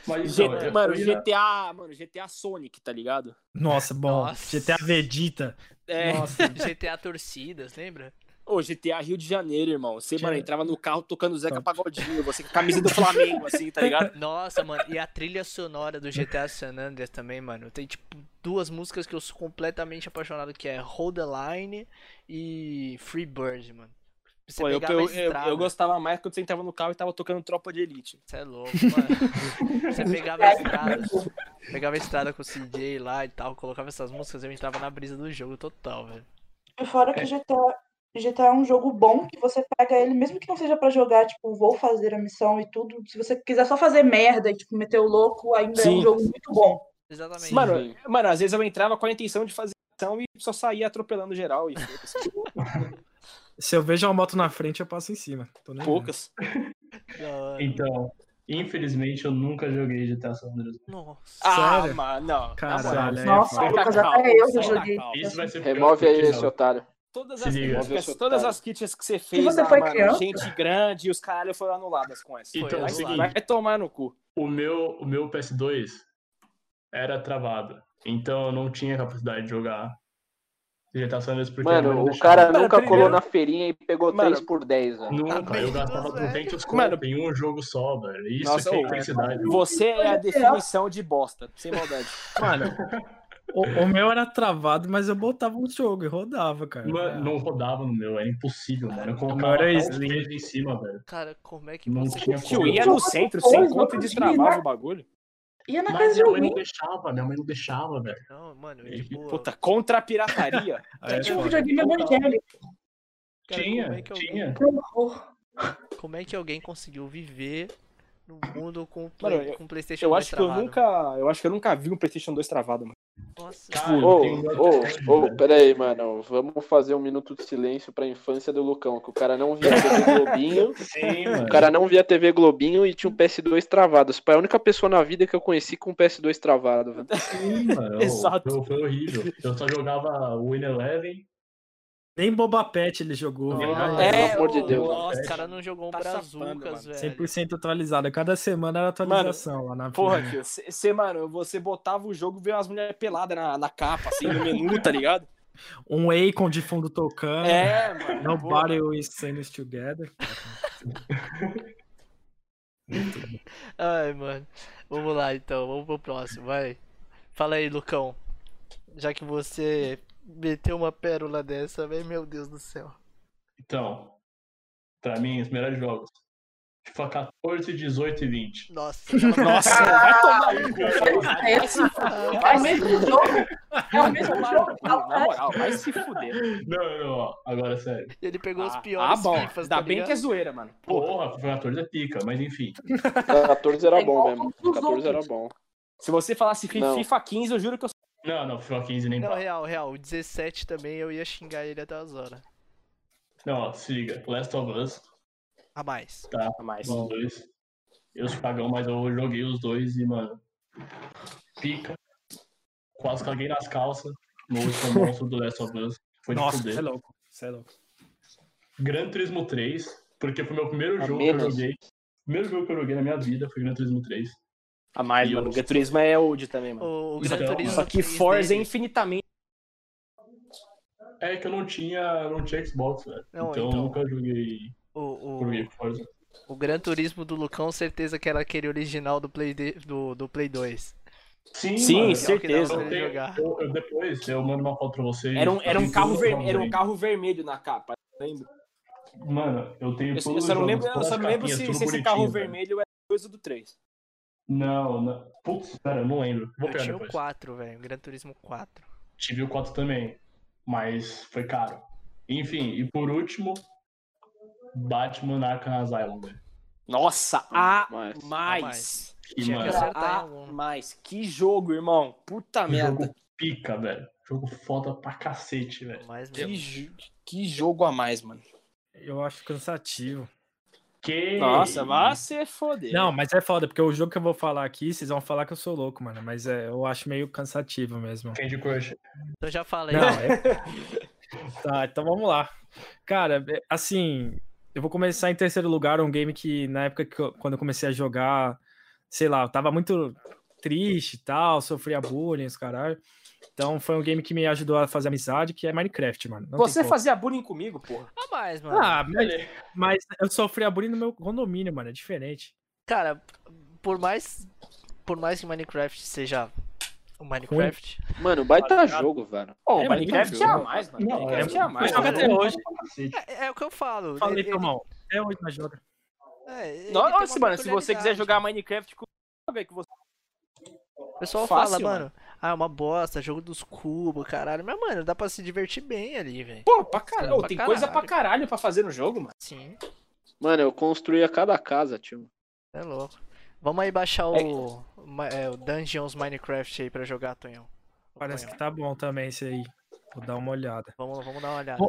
Mas, então,
G-
eu-
mano,
eu ia-
GTA, mano, GTA Sonic, tá ligado?
Nossa, bom.
Nossa.
GTA Vegeta.
É.
Nossa,
GTA Torcidas, lembra?
Ô, GTA Rio de Janeiro, irmão. Você,
Tinha-
mano, entrava no carro tocando Zeca
Top.
Pagodinho, você com a camisa do Flamengo, assim, tá ligado?
Nossa, mano, e a trilha sonora do GTA San Andreas também, mano. Tem, tipo, duas músicas que eu sou completamente apaixonado, que é Hold the Line e Free Bird, mano.
*laughs*
Você
Pô, eu,
pegava a
eu, eu,
estrada,
eu gostava mais quando você entrava no carro e tava tocando Tropa de Elite.
Você é louco, mano. Você pegava a
é
estrada. Pegava a estrada com o CJ lá e tal, colocava essas músicas, eu entrava na brisa do jogo total, velho.
E fora que GTA, GTA é um jogo bom que você pega ele, mesmo que não seja pra jogar, tipo, vou fazer a missão e tudo. Se você quiser só fazer merda e, tipo, meter o louco, ainda é um
Sim.
jogo muito bom.
Exatamente.
Mano,
Sim.
mano, às vezes eu entrava com a intenção de fazer ação e só saía atropelando geral. E foda-se.
se eu vejo uma moto na frente, eu passo em cima. Tô nem vendo.
poucas.
Da hora.
Então, infelizmente eu nunca joguei GTA San Andreas.
Nossa.
Ah,
Sério?
mano, não. na moral.
Caralho. é
Nossa,
foda.
Lucas,
calma,
até eu já
calma,
joguei.
calma.
Isso vai ser pior
Remove
do
aí
que
esse
não.
otário.
Todas
Se
as,
liga.
críticas,
Seu
todas
otário.
as críticas que você fez,
você
lá,
foi
mano,
criança?
gente grande e os caralho foram anuladas com essa.
Foi,
Então, é o
vai-
seguinte,
Vai tomar no cu.
o meu, o meu PS2 era travado. Então eu não tinha capacidade de jogar GTA San Andreas porque eu não
Mano, o
deixava.
cara
Mano,
nunca
primeiro-
colou na feirinha e pegou
Mano,
3 por 10, velho.
Nunca, eu gastava
Mano,
200
mano.
conto em um jogo só, velho. Isso
Nossa,
que é
ô,
intensidade.
Você é a definição de bosta, sem maldade.
Mano, o, o meu era travado, mas eu botava um jogo e rodava, cara.
Mano, não rodava no meu, era impossível, mano. Eu colocava
Agora é
os
slim.
pesos em cima, velho.
Cara, como é que
Não
você
tinha
Tio,
como.
ia no centro
Depois,
sem
no
conta e
outro dia,
destravava
né?
o bagulho.
Ia na
Mas
casa de
minha mãe não
alguém,
deixava, minha mãe não deixava, velho.
Não, mano, Tipo, de
Ei,
boa.
Puta, contra a pirataria.
Aí é
tinha um
foda.
videogame
*laughs*
evangélico.
Cara, como é
tinha,
que alguém-
tinha.
Que horror.
Como é que alguém conseguiu viver no mundo com o
Mano,
Play,
eu-
com o PlayStation
Eu
2
acho que eu
travado?
nunca. Eu acho que eu nunca vi um Playstation 2 travado, mano.
Nossa,
Cara, eu
Ô,
tenho uma-
ô, ô, peraí, mano. Vamos fazer um minuto de silêncio pra infância do Lucão, que o cara não via TV Globinho.
Sim, mano.
O cara não via TV Globinho e tinha um PS2 travado. Esse pai é a única pessoa na vida que eu conheci com um PS2 travado, velho.
Sim,
*laughs*
mano.
Exato.
Foi, foi horrível. Eu só jogava Win Eleven.
Nem Boba Pet ele jogou.
Não,
Ah,
velho.
é,
pelo amor de
ô,
Deus.
Nossa, o cara não jogou um
Tá safando,
brazucas,
mano.
velho.
100% atualizada. Cada semana era atualização lá na
Porra, tio,
vida.
você, mano, você botava o jogo e veio as mulheres peladas na, na capa, assim, no menu, tá ligado?
Um Akon de fundo tocando.
É, mano.
Nobody is saying this together.
Ai, mano. Vamos lá então, vamos pro próximo, vai. Fala aí, Lucão. Já que você meteu uma pérola dessa, velho, meu Deus do céu.
Então, pra mim, os melhores jogos. FIFA 14, 18 e
*laughs*
20.
Nossa,
Nossa, vai tomar no cu,
É esse- é o mesmo jogo. É o mesmo jogo.
Na moral, vai se fuder.
Não, não, não, ó, agora é sério.
ele pegou os
Ah,
piores
ah, bom.
FIFAs,
Ainda
tá
bem
ligado?
que é zoeira, mano. Porra.
Porra, FIFA 14 é pica, mas enfim.
14 era
É igual
bom mesmo.
todos os
14 era
outros.
bom.
Se você falasse fi-
Não.
FIFA 15, eu juro que eu
Não, não, FIFA 15 nem
assim.
Não, é.
pá.
real, real. O 17 também eu ia xingar ele até as horas.
Não, ó, se liga. Last of Us,
A mais.
sou mais.
os dois. Eu sou pagão, mas eu joguei os dois e, mano. Pica. Quase caguei nas calças no último monstro do Last of Us. Foi de
Nossa,
fuder.
você é louco. Você é louco.
Gran Turismo 3, porque foi meu primeiro
A
jogo que eu
menos.
joguei. Primeiro jogo que eu joguei na minha vida foi Gran Turismo 3.
A mais,
E
mano.
eu-
O Gran Turismo é old também, mano.
O, o
Isso
Gran
é uma-
Turismo
Então, Só que
3
Forza é
dele-
infinitamente.
É que eu não tinha, não tinha Xbox, velho.
Não,
então, eu
então.
nunca joguei,
o, o,
joguei Forza.
o Gran Turismo do Lucão, certeza que era aquele original do Play, de- do, do Play 2.
Sim,
Sim,
mano,
sim. certeza.
Eu, tenho-
né, jogar.
eu- eu- depois eu mando uma foto pra vocês.
Era um, era um,
Tem
carro,
tudo
ver...
pra
era um
ver.
carro vermelho na capa. eu Lembro.
Mano, eu tenho
Eu, só- eu
todos os
só não
jogos,
lembro, eu
todas
só
as
não lembro
capinhas,
se,
tudo
se esse carro
bonitinho, velho.
vermelho é coisa do 3.
Não, não. Putz, cara, eu não lembro. Vou
Eu
pegar
tinha um o
depois.
4, velho. o Gran Turismo 4.
Tive o 4 também, mas foi caro. Enfim, e por último, Batman Arkham Asylum, velho.
Hum.
Nossa, a
Mas-
mais.
E,
Tinha que
mano,
acertar tá em
A
algum.
mais. Que jogo, irmão. Puta merda.
jogo pica, velho. Jogo foda pra cacete, velho.
Mas mesmo.
Que, jo- que jogo a mais, mano.
Eu acho cansativo.
Que...
Nossa, vai se foder.
Não, mas é foda, porque o jogo que eu vou falar aqui, vocês vão falar que eu sou louco, mano. Mas é, eu acho meio cansativo mesmo.
Candy Crush.
Eu Então já falei.
Não, é... *laughs* Tá, então vamos lá. Cara, é, assim, eu vou começar em terceiro lugar um game que na época que eu- quando eu comecei a jogar, sei lá, eu tava muito triste e tal, sofria bullying, os caralho. Então foi um game que me ajudou a fazer amizade, que é Minecraft, mano. Não tem
Você
como.
fazia bullying comigo, porra.
A mais, mano.
Ah, mas, mas eu sofria bullying no meu condomínio, mano, é diferente.
Cara, por mais. Por mais que Minecraft seja. O Minecraft.
Mano, baita jogo, velho.
Bom,
É,
Minecraft
muito
é a
jogo.
mais, mano.
Não,
Minecraft é
é
a mais.
Eu jogo
mano.
até hoje,
É, é o que eu falo.
falei
ele-
pro irmão. Até hoje nós joga.
é, ele tem uma
Nossa, mano, se você quiser
peculiaridade.
jogar Minecraft com velho, que você
O pessoal
Fácil,
fala, mano, ah, é uma bosta, jogo dos cubos, caralho. Mas, mano, dá pra se divertir bem ali, velho.
Pô, pra caralho.
Pra
tem coisa pra
caralho.
caralho pra fazer no jogo, mano.
Sim,
Mano, eu construía cada casa, tio.
é louco. Vamos aí baixar o, ma- é, o Dungeons Minecraft aí pra jogar, Tonhão. Ô,
Parece que
Tonhão,
tá bom também esse aí. Vou dar uma olhada.
Vamos, vamos dar uma olhada.
Bom,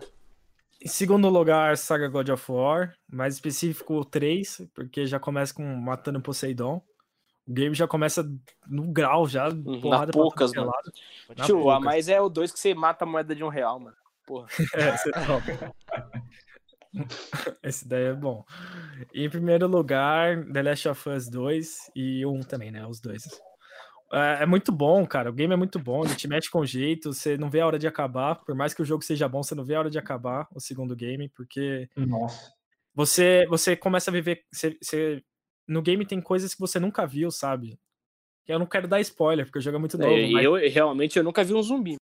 Em segundo lugar, Saga God of War, mais específico o 3, porque já começa com matando Poseidon. O game já começa no grau, já porrada pra
poucas,
tudo que é
mano.
lado. Na
Tio, a
poucas.
mais é o 2 que você mata a moeda de um real, mano.
*laughs* É, você toma. *laughs* Esse daí é bom. E em primeiro lugar, The Last of Us 2 e 1 também, né? Os dois. É, é muito bom, cara. O game é muito bom. Ele te mete com jeito. Você não vê a hora de acabar. Por mais que o jogo seja bom, você não vê a hora de acabar o segundo game, porque
Nossa.
você você começa a viver você, você- no game tem coisas que você nunca viu sabe eu não quero dar spoiler porque o jogo é muito novo mas-
eu, realmente eu nunca vi um zumbi.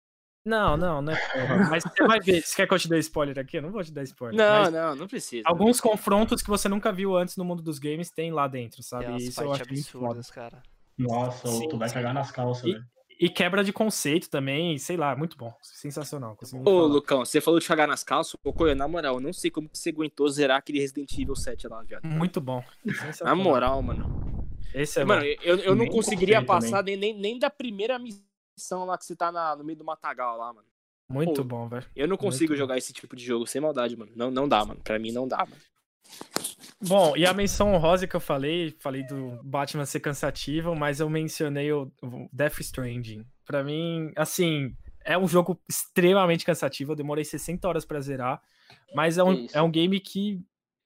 não não não é porra.
*laughs*
mas você vai ver você quer que eu te dê spoiler aqui eu não vou te dar spoiler
Não,
mas
não, não precisa.
alguns confrontos que tem. que você nunca viu antes no mundo dos games tem lá dentro sabe
Tem umas
isso eu
partes
acho muito foda
absurdas, cara.
Nossa,
Sim,
tu vai
sim.
cagar nas calças,
E-
velho.
e quebra de conceito também sei lá muito bom sensacional consegui
Ô,
falar.
Lucão, você falou de cagar nas calças. Ô, Coelho, na moral, eu não sei como que você aguentou zerar aquele Resident Evil 7 lá, viado.
muito bom
Na
sensacional.
moral, mano.
esse é
Mano,
bom.
eu, eu não
Nem
conseguiria
comprei
passar nem, nem, nem da primeira missão missão lá que você tá na- no meio do matagal lá, mano.
Muito
Pô,
bom, velho.
Eu não consigo
Muito bom.
jogar esse tipo de jogo sem maldade, mano. Não, não dá, mano. Pra mim não dá, mano.
Bom, e a menção honrosa que eu falei, falei do Batman ser cansativo, mas eu mencionei o o Death Stranding. Pra mim, assim, é um jogo extremamente cansativo, eu demorei 60 horas pra zerar, mas é
Que
um,
isso.
é um game que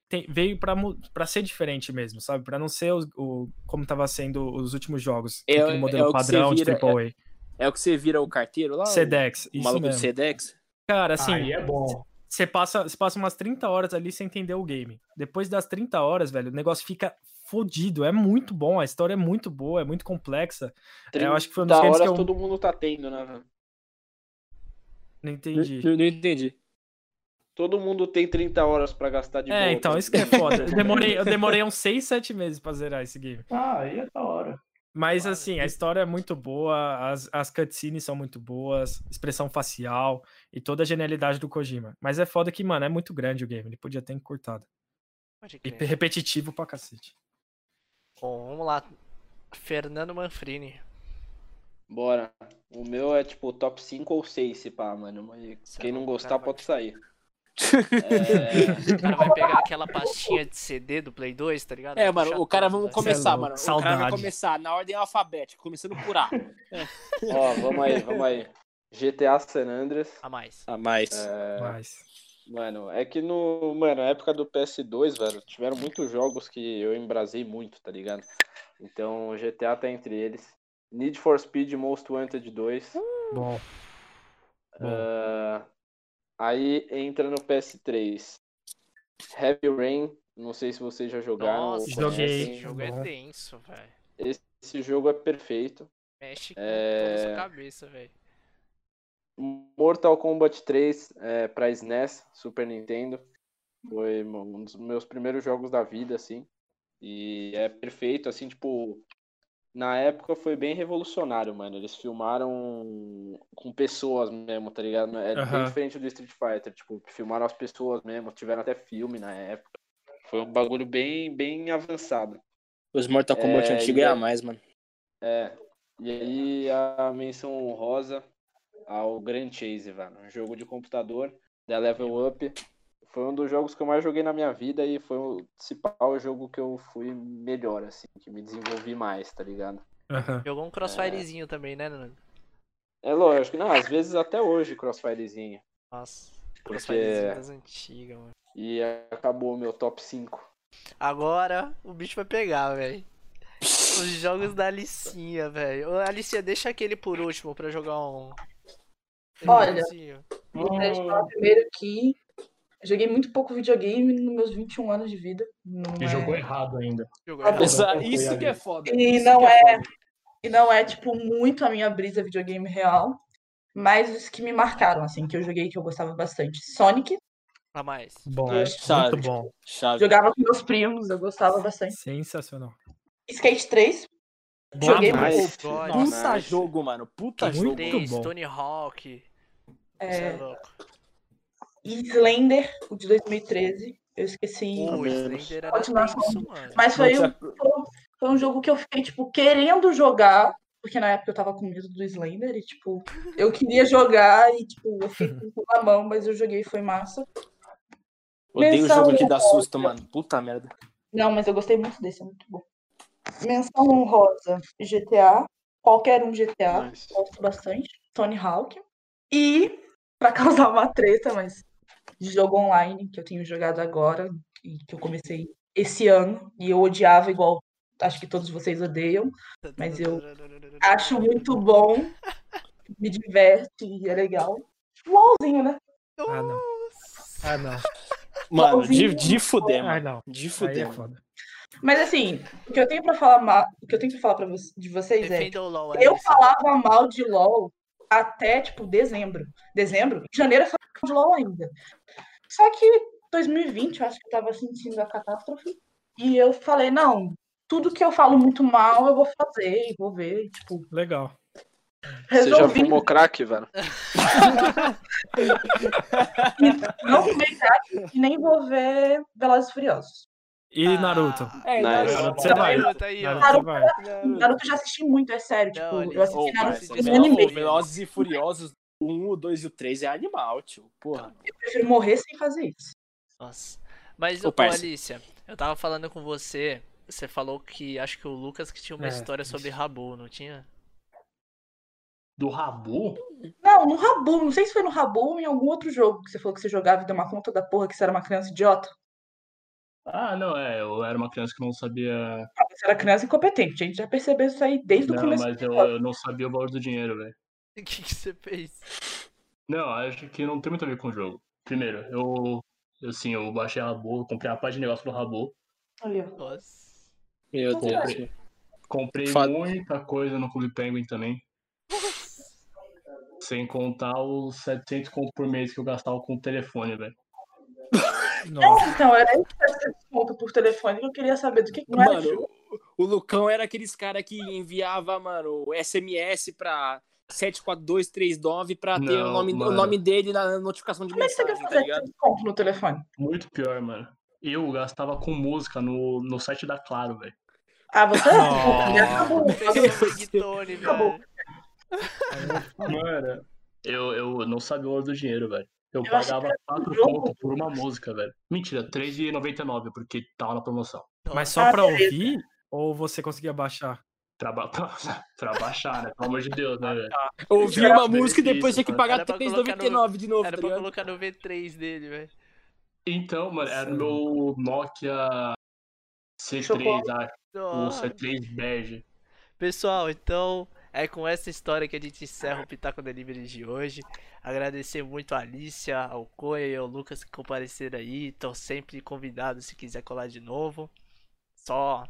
tem- veio pra, mu- pra ser diferente mesmo, sabe? Pra não ser o, o- como tava sendo os últimos jogos,
É-
aquele
é o
modelo
que você
padrão
vira-
de AAA.
É o que você vira o carteiro lá? o-
Sedex,
O,
isso
maluco do
mesmo.
Sedex?
Cara, assim,
Aí é bom.
você passa, você passa umas 30 horas ali sem entender o game. Depois das 30 horas, velho, o negócio fica fodido. É muito bom, a história é muito boa, é muito complexa. É, eu acho que foi um dos
Da
games
hora
que eu
todo mundo tá tendo, né, velho?
não entendi.
Não, não entendi.
Todo mundo tem 30 horas pra gastar de
É,
volta.
então, isso que é
*laughs*
foda. Eu demorei, eu
*laughs*
demorei uns 6, 7 meses pra zerar esse game.
Ah, aí é da hora.
Mas, assim, a história é muito boa, as, as cutscenes são muito boas, expressão facial e toda a genialidade do Kojima. Mas é foda que, mano, é muito grande o game, ele podia ter encurtado.
Pode
E
É.
crer.
repetitivo pra cacete.
Bom, vamos lá. Fernando Manfrini.
Bora. O meu é tipo top 5 ou 6, se pá, mano. Mas
Cê é
quem não
louco,
gostar
cara,
pode sair. É,
O cara vai pegar aquela pastinha de CD do Play 2, tá ligado? assim,
É,
Vai
mano,
puxar
o cara,
todas,
vamos
vai ser-
começar,
começar, mano. O
louco, mano. O
cara vai
saudade.
começando na ordem alfabética, começando por A.
ó, vamos aí, vamos aí. GTA San Andreas. é,
A mais.
A mais.
É.
Mas.
Mano, é que no. Mano, na época do PS2, velho, tiveram muitos jogos que eu embrasei muito, tá ligado? Então, GTA tá entre eles. Need for Speed Most Wanted 2.
Bom. Bom.
Ah, aí entra no PS3. Heavy Rain. Não sei se vocês já jogaram.
Nossa,
ou
joguei.
esse
conhecem.
jogo é
Bom.
denso, velho.
Esse jogo é perfeito.
Mexe com
É.
toda a sua cabeça, velho.
Mortal Kombat 3 é, pra SNES, Super Nintendo. Foi um dos meus primeiros jogos da vida, assim. E é perfeito, assim, tipo. Na época foi bem revolucionário, mano. Eles filmaram com pessoas mesmo, tá ligado? É bem
Aham.
diferente do Street Fighter. Tipo, filmaram as pessoas mesmo. Tiveram até filme na época. Foi um bagulho bem, bem avançado.
Os Mortal Kombat
É,
antigo
e
é
é-
a mais, mano.
É. E aí a menção honrosa ao Grand Chase, velho. Um jogo de computador da Level Up. Foi um dos jogos que eu mais joguei na minha vida e foi o principal jogo que eu fui melhor, assim, que me desenvolvi mais, tá ligado?
Aham.
Jogou um crossfirezinho também, né, Nando?
É lógico, não, às vezes até hoje Crossfirezinho.
Nossa,
Porque-
crossfirezinho das antigas, mano.
E acabou o meu top 5.
Agora o bicho vai pegar, velho. Os jogos da Alicinha, velho. Ô, Alicinha, deixa aquele por último pra jogar um. um
Olha.
jogozinho.
Gostaria de
Hum,
falar primeiro que eu joguei muito pouco videogame nos meus 21 anos de vida. Não
E
é-
jogou errado ainda.
Jogou
Ah,
errado.
beleza.
Essa- isso que é foda.
E
isso
não
que
é-
foda.
E não é, tipo, muito a minha brisa videogame real. Mas os que me marcaram, assim, que eu joguei que eu gostava bastante. Sonic.
A mais.
Bom, é
Eu
achava.
muito bom.
Chave.
Jogava com meus primos, eu gostava bastante.
Sensacional.
Skate 3. Joguei
Bom,
muito.
Mas-
Oh, God.
Nossa.
Puta jogo, mano. Puta
Muito
jogo.
Três,
bom.
Tony Hawk. Você é
É,
louco.
e Slender, o de 2013. Eu esqueci.
O
menos.
Slender era
Continuação.
tenso, mano.
Mas foi
Não
um, foi um jogo que eu fiquei, tipo, querendo jogar. Porque na época eu tava com medo do Slender e, tipo, eu queria jogar e, tipo, eu fiquei com tudo na mão, mas eu joguei foi massa.
Odeio
Menção
jogo que dá susto, mano. Puta merda.
Não, mas eu gostei muito desse, é muito bom. Menção honrosa, GTA. Qualquer um GTA,
Mas-
gosto bastante. Tony Hawk. E, pra causar uma treta, mas de jogo online, que eu tenho jogado agora, e que eu comecei esse ano, e eu odiava igual acho que todos vocês odeiam.
Tá
Mas eu Acho muito bom, me diverte e é legal. LOLzinho, né?
Ah, não. Ah, não.
Mano, de,
Igualzinho.
de fuder,
Ah,
mano.
não.
De
Aí
fuder,
é
mano.
foda.
Mas assim, o que eu tenho pra falar mal, o que eu tenho para falar pra vo- de vocês é
Defenda o LOL,
Eu
Alice.
falava mal de LOL até, tipo, dezembro. Dezembro? Em janeiro eu falava de LOL ainda. Só que 2020, eu acho que eu tava sentindo a catástrofe. E eu falei, não, tudo que eu falo muito mal, eu vou fazer, e vou ver, e, tipo,
Legal.
Você já
resolvi.
fumou crack, velho?
Não fumei nada e nem vou ver Velozes e Furiosos.
E Naruto?
É,
Não,
Naruto.
eu-
Você vai.
Naruto aí, Ah, ó.
Naruto vai.
Naruto eu já assisti muito, é sério. Tipo,
Não, ele-
eu assisti
Ô,
Opa,
Naruto
parça,
esse
desde o
não-
Velo-
anime.
Velozes e Furiosos, o 1, o 2 e o 3 é animal, tio. Porra.
Eu prefiro morrer sem fazer isso.
Nossa. Mas,
Ô,
ô,
parça.
Alicia, eu tava falando com você. Você falou que acho que o Lucas que tinha uma
É,
história
isso.
sobre Rabu, não tinha? *laughs*
Do Rabu?
Não, no Rabu, não sei se foi no Rabu ou em algum outro jogo que você falou que você jogava e deu uma conta da porra que você era uma criança idiota.
Ah, não, é. Eu era uma criança que não sabia.
Ah, Você era criança incompetente, a gente já percebeu isso aí desde o
Não,
começo.
mas
do
eu,
episódio.
eu não sabia o valor do dinheiro, velho.
O que, que você fez?
Não, acho que não tem muito a ver com o jogo. Primeiro, eu. eu, Assim, eu baixei a Rabu, comprei uma parte de negócio do Rabu.
Olha, ó.
Nossa.
Meu Deus.
Comprei, comprei
Fala.
muita coisa no Clube Penguin
*laughs*
também. Sem contar os 700 conto por mês que eu gastava com o telefone, velho.
Nossa.
Então, era isso que eu conta por telefone que eu queria saber do que que não era jogo.
Mano,
O Lucão era aqueles cara que enviava, mano, o SMS pra 74239 pra ter
Não,
o nome, o
mano.
nome dele na notificação de
Como é que você quer
mensagem, tá
fazer
ligado?
desconto no telefone?
Muito pior, mano. Eu gastava com música no, no site da Claro, velho.
Ah, você
Nossa.
Já acabou.
Fez um ringtone,
Acabou.
velho.
Mano, eu, eu não sabia o valor do dinheiro, velho. Eu,
Eu achei que um
pagava 4
jogo.
conto por uma música, velho. Mentira, R$3,99, porque tava na promoção.
Mas
Ah,
só pra
beleza.
ouvir? Ou você conseguia baixar?
Traba... *laughs* pra, pra baixar, né? Pelo amor de Deus, né, velho?
Ouvir
Era
uma música e depois
benefício,
tinha que
mano.
pagar
Era pra colocar
3,99 de novo, tá
Era pra
ligado?
colocar no V3 dele, velho.
Então, mano, era o meu Nokia C3,
Chocolate.
acho. O
Nossa.
C3 bege.
Pessoal, então é com essa história que a gente encerra o Pitaco Delivery de hoje. Agradecer muito a Alicia, ao Coia e ao Lucas que compareceram aí. Estão sempre convidados se quiser colar de novo. Só,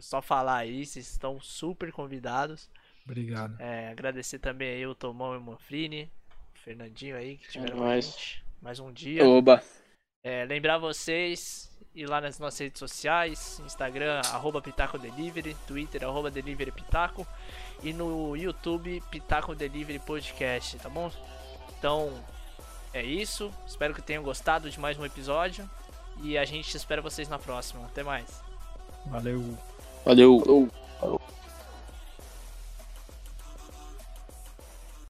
só falar aí, vocês estão super convidados.
Obrigado.
É, agradecer também aí o Tomão e o Manfrini, o Fernandinho aí que tiveram com a
nóis.
gente mais um dia.
Oba.
É, lembrar vocês ir lá nas nossas redes sociais, Instagram, arroba Pitaco Delivery, Twitter, arroba Delivery Pitaco e no YouTube Pitaco Delivery Podcast, tá bom? Então é isso. Espero que tenham gostado de mais um episódio. E a gente espera vocês na próxima. Até mais.
Valeu.
Valeu.